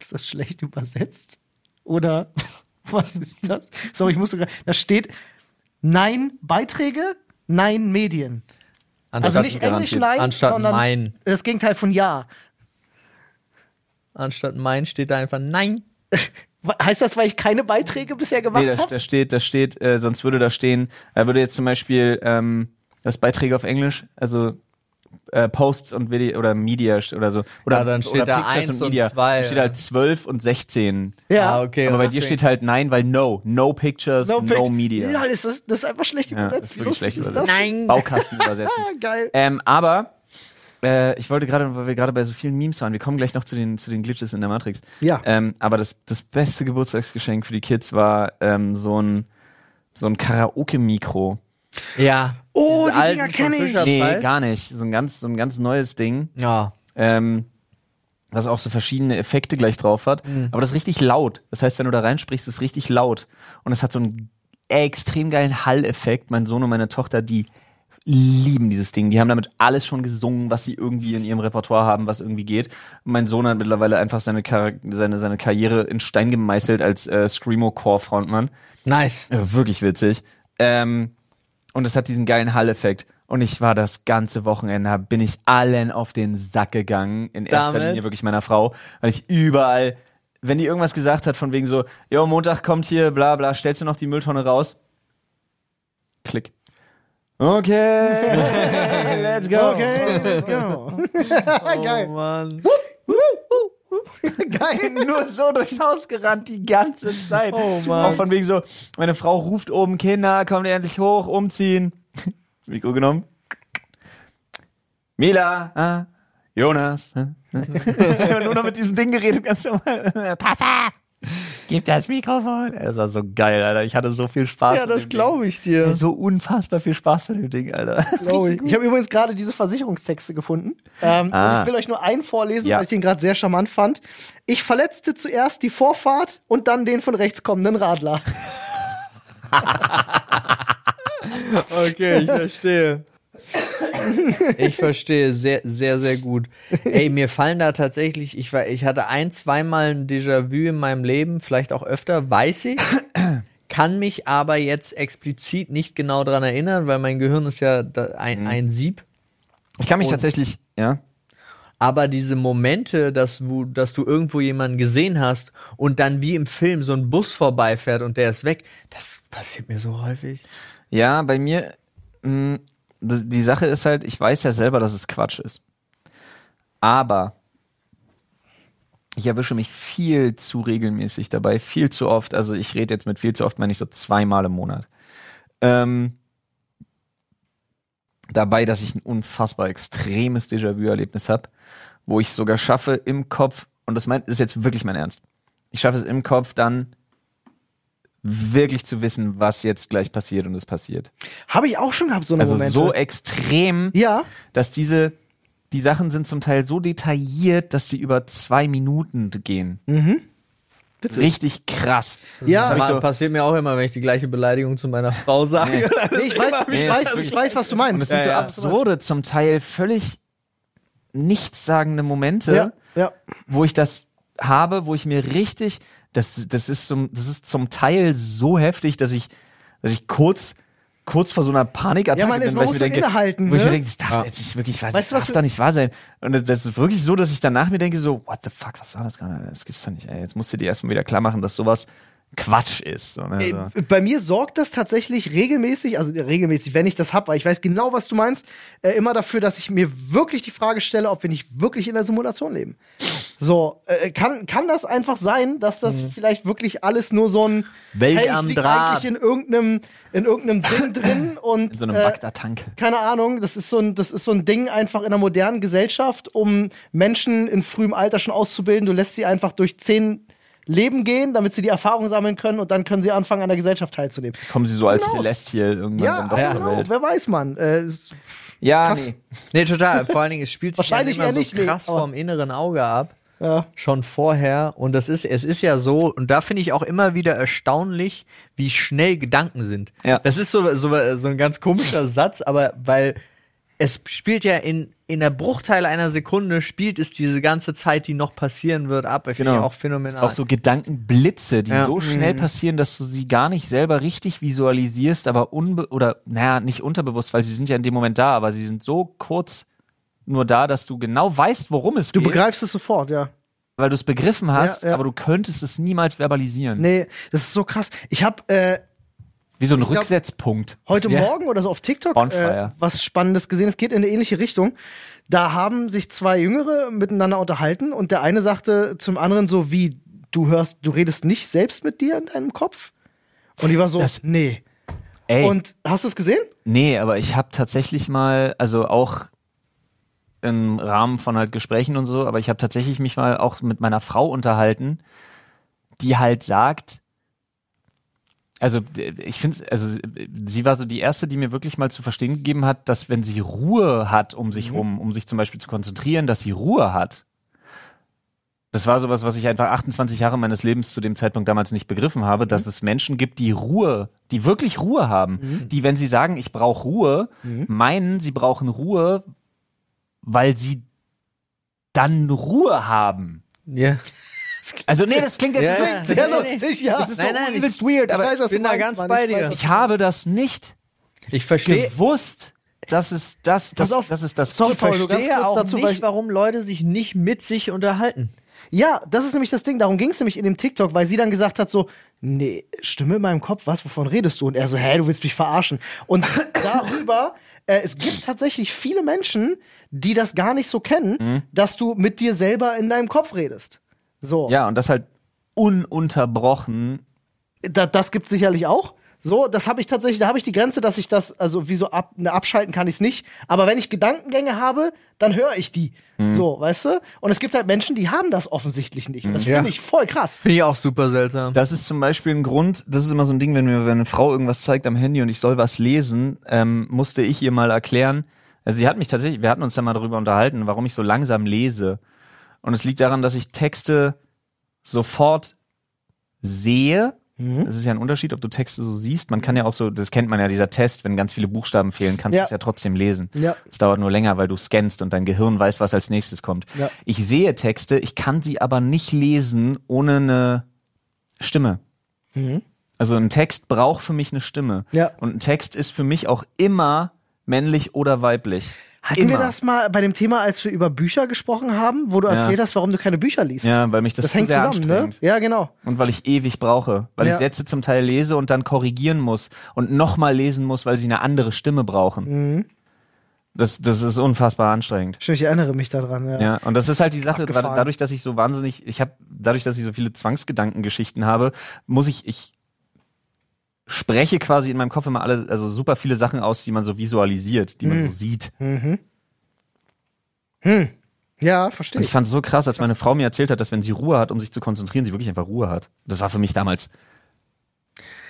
Ist das schlecht übersetzt? Oder was ist das? Sorry, ich muss sogar. Da steht Nein Beiträge, Nein Medien.
Anstatt,
Also nicht Englisch
garantiert.
Nein,
Anstatt
sondern
Mein.
das Gegenteil von Ja.
anstatt mein steht da einfach nein.
Heißt das, weil ich keine Beiträge bisher gemacht
Nee, da,
habe?
da steht, da steht, äh, sonst würde da stehen, er würde jetzt zum Beispiel ähm, das Beiträge auf Englisch, also äh, Posts und Video oder Media st- oder so. Oder,
Ja, dann steht
oder
da
Pictures
eins
und
und
Media.
zwei,
Da steht
ja.
halt 12 und 16.
Ja.
Ah, okay.
Aber bei
und
dir
deswegen-
steht halt nein, weil no. No pictures, no,
Pic-
media.
Ja, das ist, das ist einfach schlecht
Ja,
übersetzt.
das ist
Wie
wirklich
lustig
schlecht
ist das?
übersetzt.
nein.
Baukasten übersetzen.
Ah, geil.
Ähm, aber äh, ich wollte gerade, weil wir gerade bei so vielen Memes waren, wir kommen gleich noch zu den, zu den Glitches in der Matrix.
Ja.
Ähm, aber das, das beste Geburtstagsgeschenk für die Kids war ähm, so ein, so ein Karaoke-Mikro.
Ja.
Oh,
Diese
die
alten
Dinger
von
kenn ich.
Fischer
Nee,
Price.
gar nicht. So ein ganz, so ein ganz neues Ding,
Ja.
ähm, was auch so verschiedene Effekte gleich drauf hat. Aber das ist richtig laut. Das heißt, wenn du da reinsprichst, ist es richtig laut. Und es hat so einen extrem geilen Hall-Effekt. Mein Sohn und meine Tochter, die lieben dieses Ding. Die haben damit alles schon gesungen, was sie irgendwie in ihrem Repertoire haben, was irgendwie geht. Und mein Sohn hat mittlerweile einfach seine, Kar seine, seine Karriere in Stein gemeißelt als äh, Screamo-Core-Frontmann.
Nice.
Ja, wirklich witzig. Ähm, und es hat diesen geilen Hall-Effekt. Und ich war das ganze Wochenende, hab- bin ich allen auf den Sack gegangen. In erster
Damit?
Linie wirklich meiner Frau, weil ich überall wenn die irgendwas gesagt hat, von wegen so, jo, Montag kommt hier, bla bla, stellst du noch die Mülltonne raus? Klick. Okay, let's go.
Okay, let's go.
Oh,
Geil.
Mann.
Geil.
Nur so durchs Haus gerannt die ganze Zeit.
Oh, Mann.
Auch von wegen so, meine Frau ruft oben, Kinder, kommt endlich hoch, umziehen. Das Mikro genommen. Mila, ah, Jonas. ah, ah. Nur noch mit diesem Ding geredet, ganz normal. Papa, gib das Mikrofon. Es war so geil, Alter. Ich hatte so viel Spaß.
Ja,
mit
das
dem
glaube ich
Ding.
dir.
So unfassbar viel Spaß mit dem Ding, Alter.
Glaub Ich, ich habe übrigens gerade diese Versicherungstexte gefunden. Ähm,
Ah.
und ich will euch nur einen vorlesen,
Ja.
weil ich den gerade sehr charmant fand. Ich verletzte zuerst die Vorfahrt und dann den von rechts kommenden Radler.
Okay, ich verstehe. Ich verstehe sehr, sehr, sehr gut. Ey, mir fallen da tatsächlich, ich, war, ich hatte ein, zweimal ein Déjà-vu in meinem Leben, vielleicht auch öfter, weiß ich, kann mich aber jetzt explizit nicht genau dran erinnern, weil mein Gehirn ist ja da ein, ein Sieb.
Ich kann mich tatsächlich, ja.
Aber diese Momente, dass du, dass du irgendwo jemanden gesehen hast und dann wie im Film so ein Bus vorbeifährt und der ist weg, das passiert mir so häufig.
Ja, bei mir, mh, das, die Sache ist halt, ich weiß ja selber, dass es Quatsch ist. Aber ich erwische mich viel zu regelmäßig dabei, viel zu oft. Also ich rede jetzt mit viel zu oft, meine ich so zweimal im Monat. Ähm, dabei, dass ich ein unfassbar extremes Déjà-vu-Erlebnis habe, wo ich sogar schaffe, im Kopf, und das mein, ist jetzt wirklich mein Ernst, ich schaffe es im Kopf dann wirklich zu wissen, was jetzt gleich passiert und es passiert.
Habe ich auch schon gehabt, so eine
Also
Momente.
so extrem,
ja,
dass diese, die Sachen sind zum Teil so detailliert, dass sie über zwei Minuten gehen. Richtig krass.
ja.
hab ich
Aber
so-
passiert mir auch immer, wenn ich die gleiche Beleidigung zu meiner Frau sage.
Nee, ich weiß,
Nee,
ich,
das ist
weiß, ich
wirklich-
weiß, was du
Und es
meinst.
sind
Ja,
so
ja.
absurde, zum Teil völlig nichtssagende Momente,
ja, ja.
wo ich das habe, wo ich mir richtig, das, das, ist, zum, das ist zum Teil so heftig, dass ich, dass ich kurz, kurz vor so einer Panikattacke
Ja, man ist-
bin,
man
weil ich
muss
mir
so
denke,
innehalten,
wo ich
ne?
mir denke, das darf jetzt nicht wirklich, was,
Weißt
das
du, was
darf
wir-
doch nicht wahr sein. Und das ist wirklich so, dass ich danach mir denke, so, what the fuck, was war das gerade? Das gibt's doch nicht, ey. Jetzt musst du dir erstmal wieder klar machen, dass sowas Quatsch ist. So, ne?
Äh,
so.
Bei mir sorgt das tatsächlich regelmäßig, also regelmäßig, wenn ich das hab, weil ich weiß genau, was du meinst, äh, immer dafür, dass ich mir wirklich die Frage stelle, ob wir nicht wirklich in der Simulation leben. So, äh, kann, kann das einfach sein, dass das
Mhm.
vielleicht wirklich alles nur so ein
Welt
hey, ich
am
lieg
Draht.
eigentlich in irgendeinem, in irgendeinem Ding drin und
In so einem
äh,
Bagdad-Tank.
keine Ahnung, das ist, so ein, das ist so ein Ding einfach in der modernen Gesellschaft, um Menschen in frühem Alter schon auszubilden. Du lässt sie einfach durch zehn Leben gehen, damit sie die Erfahrung sammeln können und dann können sie anfangen, an der Gesellschaft teilzunehmen.
Kommen sie so als
Genau.
Celestial irgendwann
Ja,
dann doch zur
genau,
Welt.
wer weiß man. Äh, es-
Ja,
Krass.
nee.
Nee, total. Vor allen Dingen, es spielt sich
Wahrscheinlich
ja immer
eher nicht,
so
nee,
krass
aber-
vorm inneren Auge ab.
ja.
Schon vorher. Und das ist, es ist ja so, und da finde ich auch immer wieder erstaunlich, wie schnell Gedanken sind.
Ja.
Das ist so, so, so ein ganz komischer Satz, aber weil es spielt ja in, in der Bruchteil einer Sekunde spielt es diese ganze Zeit, die noch passieren wird, ab. Ich finde
Genau.
ich auch phänomenal.
Auch so Gedankenblitze, die
Ja.
so
Mhm.
schnell passieren, dass du sie gar nicht selber richtig visualisierst, aber unbe oder naja, nicht unterbewusst, weil sie sind ja in dem Moment da, aber sie sind so kurz nur da, dass du genau weißt, worum es
Du
geht,
begreifst es sofort, ja.
weil du es begriffen hast,
Ja, ja.
aber du könntest es niemals verbalisieren.
Nee, das ist so krass. Ich habe äh,
Wie so ein
glaub-
Rücksetzpunkt.
heute
Ja.
Morgen oder so auf TikTok
On
äh,
fire.
was Spannendes gesehen. Es geht in eine ähnliche Richtung. Da haben sich zwei Jüngere miteinander unterhalten und der eine sagte zum anderen so wie du hörst, du redest nicht selbst mit dir in deinem Kopf. Und die war so,
Das-
nee.
Ey,
Und hast du es gesehen?
nee, aber ich habe tatsächlich mal, also auch im Rahmen von halt Gesprächen und so, aber ich habe tatsächlich mich mal auch mit meiner Frau unterhalten, die halt sagt, also d- ich finde, also sie war so die erste, die mir wirklich mal zu verstehen gegeben hat, dass wenn sie Ruhe hat um sich rum, um sich zum Beispiel zu konzentrieren, dass sie Ruhe hat. Das war sowas, was ich einfach 28 Jahre meines Lebens zu dem Zeitpunkt damals nicht begriffen habe,
Mhm.
dass es Menschen gibt, die Ruhe, die wirklich Ruhe haben, die, wenn sie sagen, ich brauche Ruhe,
Mhm.
meinen, sie brauchen Ruhe, weil sie dann Ruhe haben.
ja.
Also nee, das klingt jetzt
Ja,
so,
ja.
das
Ja,
ist so,
nee,
lustig, ja.
das ist so
Nein, nein, ich-
übelst weird, aber
weiß, was
bin
du
da
meinst,
ganz
Mann,
bei
ich weiß,
dir.
was
ich habe das nicht
Ich verstehe,
gewusst, dass es das, das,
Pass auf.
das ist das.
Sorry,
gibt.
Paul, nur ganz
verstehe
kurz
auch
dazu, weil
nicht,
ich-
warum Leute sich nicht mit sich unterhalten.
Ja, das ist nämlich das Ding. Darum ging es nämlich in dem TikTok, weil sie dann gesagt hat so, nee, Stimme in meinem Kopf, was, wovon redest du? Und er so, hä, du willst mich verarschen. Und darüber, äh, es gibt tatsächlich viele Menschen, die das gar nicht so kennen, dass du mit dir selber in deinem Kopf redest. So.
Ja, und das halt ununterbrochen.
da, das gibt sicherlich auch. So, das habe ich tatsächlich, da habe ich die Grenze, dass ich das, also wie so ab, ne, abschalten kann ich es nicht. Aber wenn ich Gedankengänge habe, dann höre ich die. So, weißt du? Und es gibt halt Menschen, die haben das offensichtlich nicht. Und das
Ja.
finde ich voll krass.
Finde ich auch super seltsam.
Das ist zum Beispiel ein Grund, das ist immer so ein Ding, wenn mir wenn eine Frau irgendwas zeigt am Handy und ich soll was lesen, ähm, musste ich ihr mal erklären. Also sie hat mich tatsächlich, wir hatten uns ja mal darüber unterhalten, warum ich so langsam lese. Und es liegt daran, dass ich Texte sofort sehe. Das ist ja ein Unterschied, ob du Texte so siehst. Man kann ja auch so, das kennt man ja, dieser Test, wenn ganz viele Buchstaben fehlen, kannst du
Ja.
es ja trotzdem lesen.
Ja.
Es dauert nur länger, weil du scannst und dein Gehirn weiß, was als nächstes kommt.
Ja.
Ich sehe Texte, ich kann sie aber nicht lesen ohne eine Stimme. Also ein Text braucht für mich eine Stimme.
Mhm. Ja.
Und ein Text ist für mich auch immer männlich oder weiblich.
Hatten
immer.
wir das mal bei dem Thema, als wir über Bücher gesprochen haben, wo du
Ja.
erzählt hast, warum du keine Bücher liest?
Ja, weil mich das,
Das hängt
sehr
zusammen, ne?
anstrengt.
Ja, genau.
Und weil ich ewig brauche, weil
Ja.
ich Sätze zum Teil lese und dann korrigieren muss und nochmal lesen muss, weil sie eine andere Stimme brauchen.
Mhm.
Das, das ist unfassbar anstrengend.
Stimmt, ich erinnere mich daran. Ja.
Ja, und das ist halt die Sache,
Abgefahren.
grad dadurch, dass ich so wahnsinnig, ich habe, dadurch, dass ich so viele Zwangsgedankengeschichten habe, muss ich, ich spreche quasi in meinem Kopf immer alle, also super viele Sachen aus, die man so visualisiert, die
Hm.
man so sieht.
Ja,
Und
verstehe
ich
ich.
fand es so krass, als meine Frau mir erzählt hat, dass wenn sie Ruhe hat, um sich zu konzentrieren, sie wirklich einfach Ruhe hat. Das war für mich damals,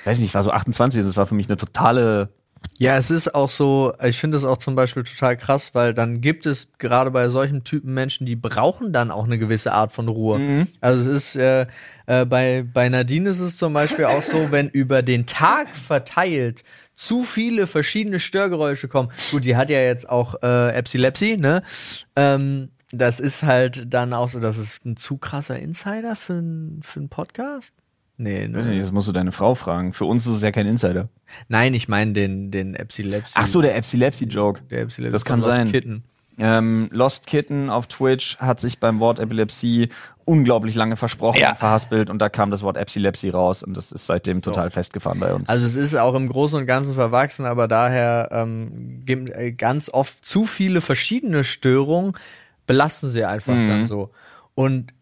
weiß nicht, ich war so 28 und das war für mich eine totale,
Ja, es ist auch so, ich finde es auch zum Beispiel total krass, weil dann gibt es gerade bei solchen Typen Menschen, die brauchen dann auch eine gewisse Art von Ruhe.
Mhm.
Also es ist, äh, äh, bei, bei Nadine ist es zum Beispiel auch so, wenn über den Tag verteilt zu viele verschiedene Störgeräusche kommen. Gut, die hat ja jetzt auch äh, Epilepsie, ne? Ähm, das ist halt dann auch so, das ist ein zu krasser Insider für einen für einen Podcast? Nee,
weiß nicht,
ne?
das musst du deine Frau fragen. Für uns ist es ja kein Insider.
Nein, ich meine den, den Epilepsie.
Ach so, der Epilepsy-Joke.
Der Epilepsie
Das kann
von Lost
sein.
Kitten.
Ähm, Lost Kitten auf Twitch hat sich beim Wort Epilepsie unglaublich lange versprochen
Ja.
und verhaspelt und da kam das Wort Epilepsie raus und das ist seitdem total festgefahren bei uns.
Also es ist auch im Großen und Ganzen verwachsen, aber daher ähm, geben, äh, ganz oft zu viele verschiedene Störungen belasten sie einfach
Mhm.
dann so. Und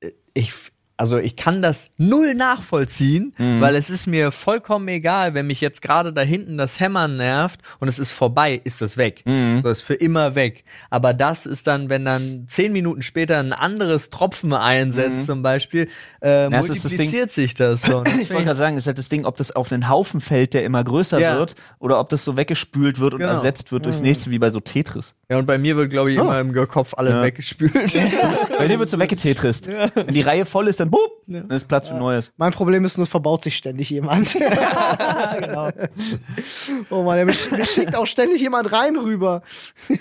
äh, ich, f- also ich kann das null nachvollziehen,
Mhm.
weil es ist mir vollkommen egal, wenn mich jetzt gerade da hinten das Hämmern nervt und es ist vorbei, ist das weg.
Mhm.
Das ist für immer weg. Aber das ist dann, wenn dann zehn Minuten später ein anderes Tropfen einsetzt zum Beispiel, äh,
das Mhm. ist das Ding.
multipliziert sich das. So. Und
ich wollte gerade sagen, ist halt das Ding, ob das auf einen Haufen fällt, der immer größer
Ja.
wird oder ob das so weggespült wird und
Genau.
ersetzt wird durchs nächste, wie bei so Tetris.
Ja, und bei mir wird, glaube ich,
Ah.
immer im Kopf alles weggespült.
Bei dir wird so weggetetrist. Wenn die Reihe voll ist, dann boop, dann ist Platz für Neues.
Mein Problem ist nur, es verbaut sich ständig jemand. Genau. Oh Mann, ja, mir, sch- mir schickt auch ständig jemand rein rüber.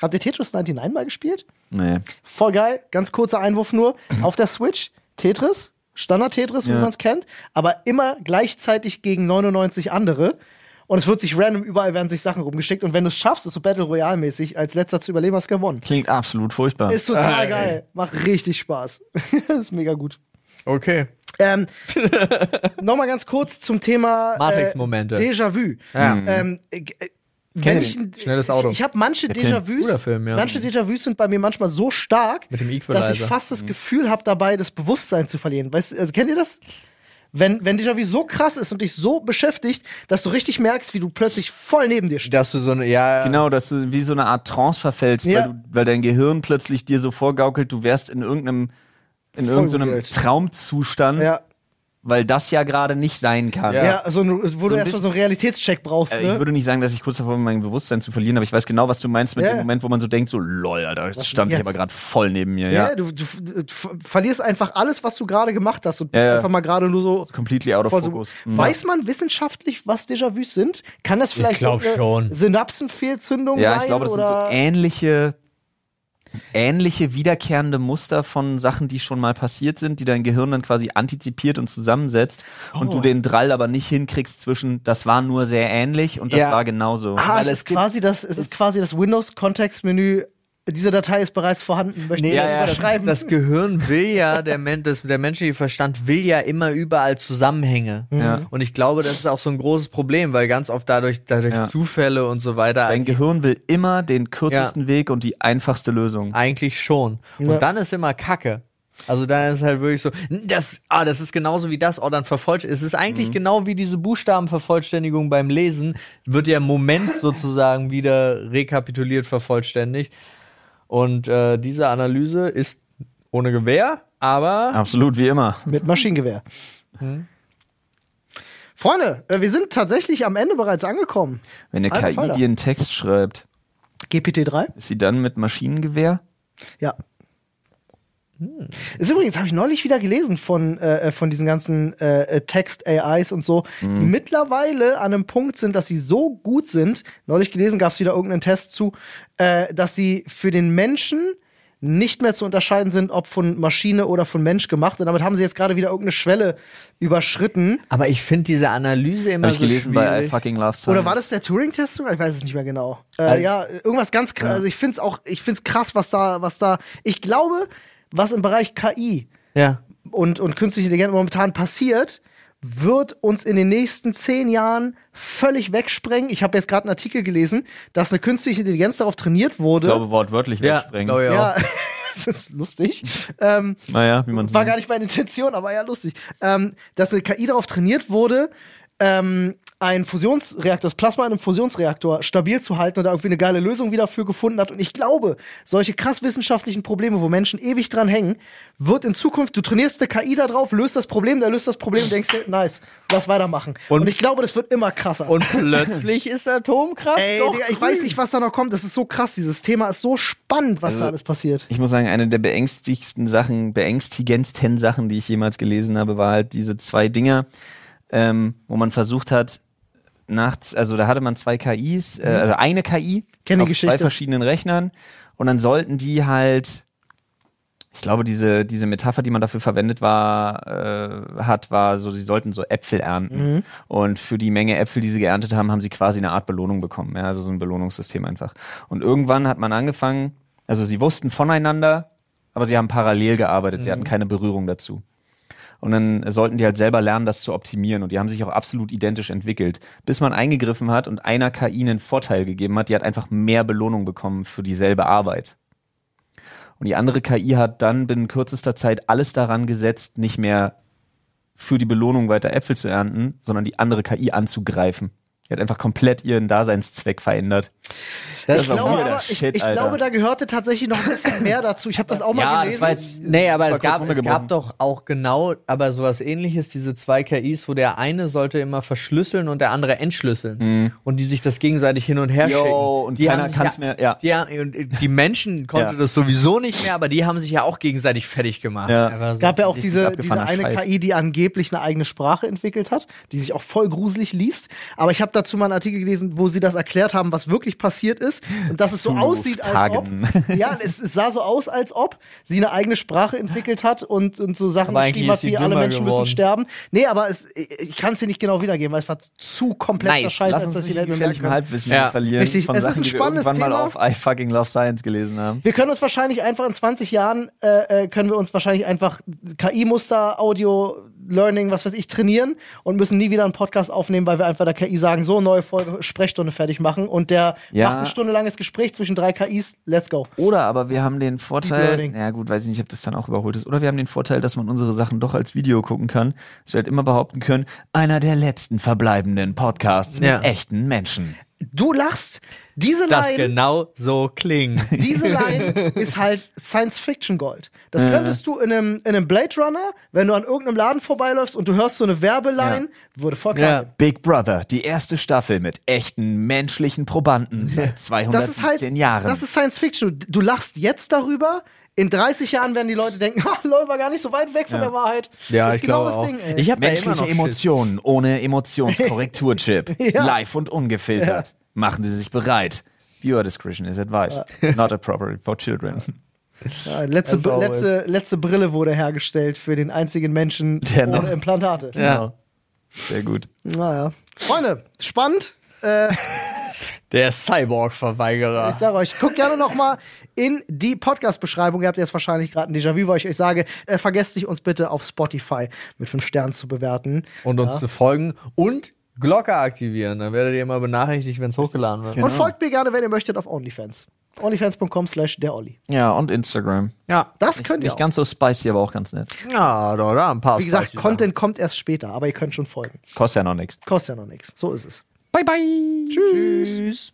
Habt ihr Tetris 99 mal gespielt?
Nee.
Voll geil, ganz kurzer Einwurf nur. Auf der Switch, Tetris, Standard Tetris, wie
Ja.
man es kennt, aber immer gleichzeitig gegen 99 andere. Und es wird sich random, überall werden sich Sachen rumgeschickt. Und wenn du es schaffst, ist so Battle Royale-mäßig, als letzter zu überleben, hast du gewonnen.
Klingt absolut furchtbar.
Ist total geil. Macht richtig Spaß. ist mega gut.
Okay.
Ähm, Nochmal ganz kurz zum Thema
Matrix-Momente.
Äh, Déjà-vu.
Ja. Mhm.
Ähm, äh, äh, wenn
ich
ich, ein-
Schnelles Auto.
Ich, ich habe manche
Film.
Déjà-vus.
Guter Film, ja.
Manche Déjà-vus sind bei mir manchmal so stark,
Mit dem
dass
Equalizer. Mhm.
ich fast das Gefühl habe, dabei das Bewusstsein zu verlieren. Weißt, du, also kennt ihr das? Wenn, wenn Déjà-vu so krass ist und dich so beschäftigt, dass du richtig merkst, wie du plötzlich voll neben dir stehst.
Dass du so eine, ja,
Genau, dass du wie so eine Art Trance verfällst,
Äh, Ja.
weil, du, weil dein Gehirn plötzlich dir so vorgaukelt, du wärst in irgendeinem in
Voll
irgendeinem
weird.
Traumzustand,
Ja,
weil das ja gerade nicht sein kann.
Ja.
ja. so ein, wo
So
du
ein
erstmal so einen Realitätscheck brauchst.
Äh,
ne?
Ich würde nicht sagen, dass ich kurz davor bin, mein Bewusstsein zu verlieren, aber ich weiß genau, was du meinst mit
Ja.
dem Moment, wo man so denkt, so lol, Alter, jetzt stand ich
jetzt?
aber gerade voll neben mir. Ja,
Ja, Ne? du, du, du ver- verlierst einfach alles, was du gerade gemacht hast und bist
Ja, ja.
einfach mal gerade nur so.
completely out of
voll so
focus. Mhm.
weiß man wissenschaftlich, was Déjà-vus sind? Kann das vielleicht
glaub
irgendeine
schon.
Synapsenfehlzündung sein?
ja, ich glaube, das sind so
oder?
ähnliche ähnliche wiederkehrende Muster von Sachen, die schon mal passiert sind, die dein Gehirn dann quasi antizipiert und zusammensetzt
Oh.
und du den Drall aber nicht hinkriegst zwischen das war nur sehr ähnlich und das
Ja.
war genauso.
Ah,
weil
es
es
ist
gibt-
quasi das, es ist quasi das Windows-Kontextmenü diese Datei ist bereits vorhanden, möchte ich
ja, ja,
das überschreiben.
Das Gehirn will ja, der, Men das, der menschliche Verstand will ja immer überall Zusammenhänge.
Ja.
Und ich glaube, das ist auch so ein großes Problem, weil ganz oft dadurch, dadurch
Ja.
Zufälle und so weiter
Dein Gehirn will immer den kürzesten Weg und die einfachste Lösung.
Eigentlich schon.
Ja.
Und dann ist immer Kacke. Also dann ist halt wirklich so, n- das, ah, das ist genauso wie das, oh, dann vervollst Es ist eigentlich
Mhm.
genau wie diese Buchstabenvervollständigung beim Lesen, wird der Moment sozusagen wieder rekapituliert, vervollständigt. Und äh, diese Analyse ist ohne Gewehr, aber
Absolut, wie immer.
Mit Maschinengewehr. Hm. Freunde, äh, wir sind tatsächlich am Ende bereits angekommen.
Wenn eine
Alter
KI
Falter.
dir einen Text schreibt,
GPT-3?
ist sie dann mit Maschinengewehr?
Ja. Ist übrigens, habe ich neulich wieder gelesen von, äh, äh, von diesen ganzen äh, äh, Text-AIs und so, die mittlerweile an einem Punkt sind, dass sie so gut sind. Neulich gelesen gab es wieder irgendeinen Test zu, äh, dass sie für den Menschen nicht mehr zu unterscheiden sind, ob von Maschine oder von Mensch gemacht. Und damit haben sie jetzt gerade wieder irgendeine Schwelle überschritten.
Aber ich finde diese Analyse immer
Habe ich
so
gelesen bei I
schwierig.
fucking Love Science.
Oder war das der Turing-Test sogar? Ich weiß es nicht mehr genau. Äh, ja, irgendwas ganz krass. Also ich finde es auch, ich finde es krass, was da, was da. Ich glaube, was im Bereich KI
ja.
und, und künstliche Intelligenz momentan passiert, wird uns in den nächsten zehn Jahren völlig wegsprengen. Ich habe jetzt gerade einen Artikel gelesen, dass eine künstliche Intelligenz darauf trainiert wurde.
ich glaube, wortwörtlich
Ja,
wegsprengen.
glaub ich auch.
ja, das ist lustig. ähm,
Naja, wie man
war gar nicht meine Intention, aber ja, lustig. Ähm, dass eine KI darauf trainiert wurde, ähm, einen Fusionsreaktor, das Plasma in einem Fusionsreaktor stabil zu halten und da irgendwie eine geile Lösung wieder für gefunden hat. Und ich glaube, solche krass wissenschaftlichen Probleme, wo Menschen ewig dran hängen, wird in Zukunft, du trainierst eine KI da drauf, löst das Problem, da löst das Problem, denkst dir, nice, lass weitermachen. Und,
Und-
ich glaube, das wird immer krasser.
Und plötzlich ist Atomkraft
Ey,
doch
Digga, ich
grün.
weiß nicht, was da noch kommt. Das ist so krass. Dieses Thema ist so spannend, was Äh, da alles passiert.
Ich muss sagen, eine der beängstigsten Sachen, beängstigendsten Sachen, die ich jemals gelesen habe, war halt diese zwei Dinger, ähm, wo man versucht hat, nach, also da hatte man zwei KIs, äh, also eine KI
Mhm. Kenn die
auf
Geschichte.
zwei verschiedenen Rechnern und dann sollten die halt, ich glaube, diese, diese Metapher, die man dafür verwendet war, äh, hat, war so, sie sollten so Äpfel ernten.
Mhm.
Und für die Menge Äpfel, die sie geerntet haben, haben sie quasi eine Art Belohnung bekommen. Ja, also so ein Belohnungssystem einfach. Und irgendwann hat man angefangen, also sie wussten voneinander, aber sie haben parallel gearbeitet,
Mhm.
sie hatten keine Berührung dazu. Und dann sollten die halt selber lernen, das zu optimieren. Und die haben sich auch absolut identisch entwickelt. Bis man eingegriffen hat und einer KI einen Vorteil gegeben hat, die hat einfach mehr Belohnung bekommen für dieselbe Arbeit. Und die andere KI hat dann binnen kürzester Zeit alles daran gesetzt, nicht mehr für die Belohnung weiter Äpfel zu ernten, sondern die andere KI anzugreifen. Die hat einfach komplett ihren Daseinszweck verändert.
Das
Ich
war
glaube,
weirder
aber, ich,
Shit,
ich
Alter.
glaube, da gehörte tatsächlich noch ein bisschen mehr dazu. Ich habe das auch mal
Ja, das
gelesen.
war jetzt-
Nee, aber
War
es
kurz
gab, es
runtergebrochen.
gab doch auch genau, aber sowas ähnliches, diese zwei KIs, wo der eine sollte immer verschlüsseln und der andere entschlüsseln. Und die sich das gegenseitig hin und her
Mhm. Yo,
schicken.
und
die
keiner
haben sich
kann's mehr- ja.
Die, haben, und die Menschen konnte
Ja.
das sowieso nicht mehr, aber die haben sich ja auch gegenseitig fertig gemacht.
Ja.
Aber so-
gab ja auch
richtig
diese, diese
abgefahrener
eine
Scheiß.
KI, die angeblich eine eigene Sprache entwickelt hat, die sich auch voll gruselig liest. Aber ich habe dazu mal einen Artikel gelesen, wo sie das erklärt haben, was wirklich passiert ist und dass es so
Zu
aussieht, als ob.
Tagen.
Ja, es, es sah so aus, als ob sie eine eigene Sprache entwickelt hat und, und so Sachen
Aber eigentlich
geschrieben
ist
hat,
sie
wie alle
dümmer
Menschen
geworden.
müssen sterben. Nee, aber es, ich kann es dir nicht genau wiedergeben, weil es war zu komplexer
Nice.
Scheiß,
Lass
als
uns
dass
nicht
ich
in gefährlichem Halbwissen
Ja.
verlieren.
Richtig,
von
es ist
Sachen,
ein spannendes
die wir irgendwann
Thema.
mal auf I fucking love Science gelesen haben.
Wir können uns wahrscheinlich einfach in 20 Jahren, äh, äh, können wir uns wahrscheinlich einfach KI-Muster, Audio, Learning, was weiß ich, trainieren und müssen nie wieder einen Podcast aufnehmen, weil wir einfach der KI sagen, so neue Folge, Sprechstunde fertig machen und der
Ja.
macht ein Stunde langes Gespräch zwischen drei KIs, let's go.
Oder aber wir haben den Vorteil,
Learning.
ja gut, weiß ich nicht, ob das dann auch überholt ist, oder wir haben den Vorteil, dass man unsere Sachen doch als Video gucken kann, dass wir halt immer behaupten können, einer der letzten verbleibenden Podcasts
Ja.
mit echten Menschen.
Du lachst, diese
das
Line,
genau so klingt.
diese Line ist halt Science-Fiction-Gold.
Äh.
Das könntest du in einem, in einem Blade Runner, wenn du an irgendeinem Laden vorbeiläufst und du hörst so eine Werbeline, würde voll klar.
Ja.
Big Brother, die erste Staffel mit echten menschlichen Probanden seit 217
das ist halt,
Jahren.
das ist Science Fiction. Du lachst jetzt darüber. In 30 Jahren werden die Leute denken, ha, lol, war gar nicht so weit weg von der Wahrheit. Das ist ey.
Ich habe da immer
Menschliche
noch Schiss.
Emotionen ohne Emotionskorrekturchip.
Ja.
Live und ungefiltert. Machen Sie sich bereit. Viewer discretion is advised. Not appropriate for children.
ja, letzte,
As always.
letzte, letzte Brille wurde hergestellt für den einzigen Menschen
Der noch-
ohne Implantate.
Ja.
genau. Sehr gut.
Naja. Freunde, spannend. Äh,
Der Cyborg-Verweigerer.
Ich sage euch, guckt gerne nochmal in die Podcast-Beschreibung. Ihr habt jetzt wahrscheinlich gerade ein Déjà-vu, weil ich euch sage, äh, vergesst nicht, uns bitte auf Spotify mit 5 Sternen zu bewerten.
Und uns zu folgen und Glocke aktivieren. Dann werdet ihr immer benachrichtigt, wenn es hochgeladen wird.
Genau.
Und folgt mir gerne, wenn ihr möchtet, auf OnlyFans. OnlyFans.com slash der Olli.
Ja, und Instagram.
Ja.
Das könnt ihr
Nicht
auch.
ganz so spicy, aber auch ganz nett.
Ja, da, da ein paar
Wie gesagt,
spicy
Content kommt erst später, aber ihr könnt schon folgen.
Kostet ja noch nichts.
Kostet ja noch nichts. So ist es.
Bye, bye. Tschüss. Tschüss.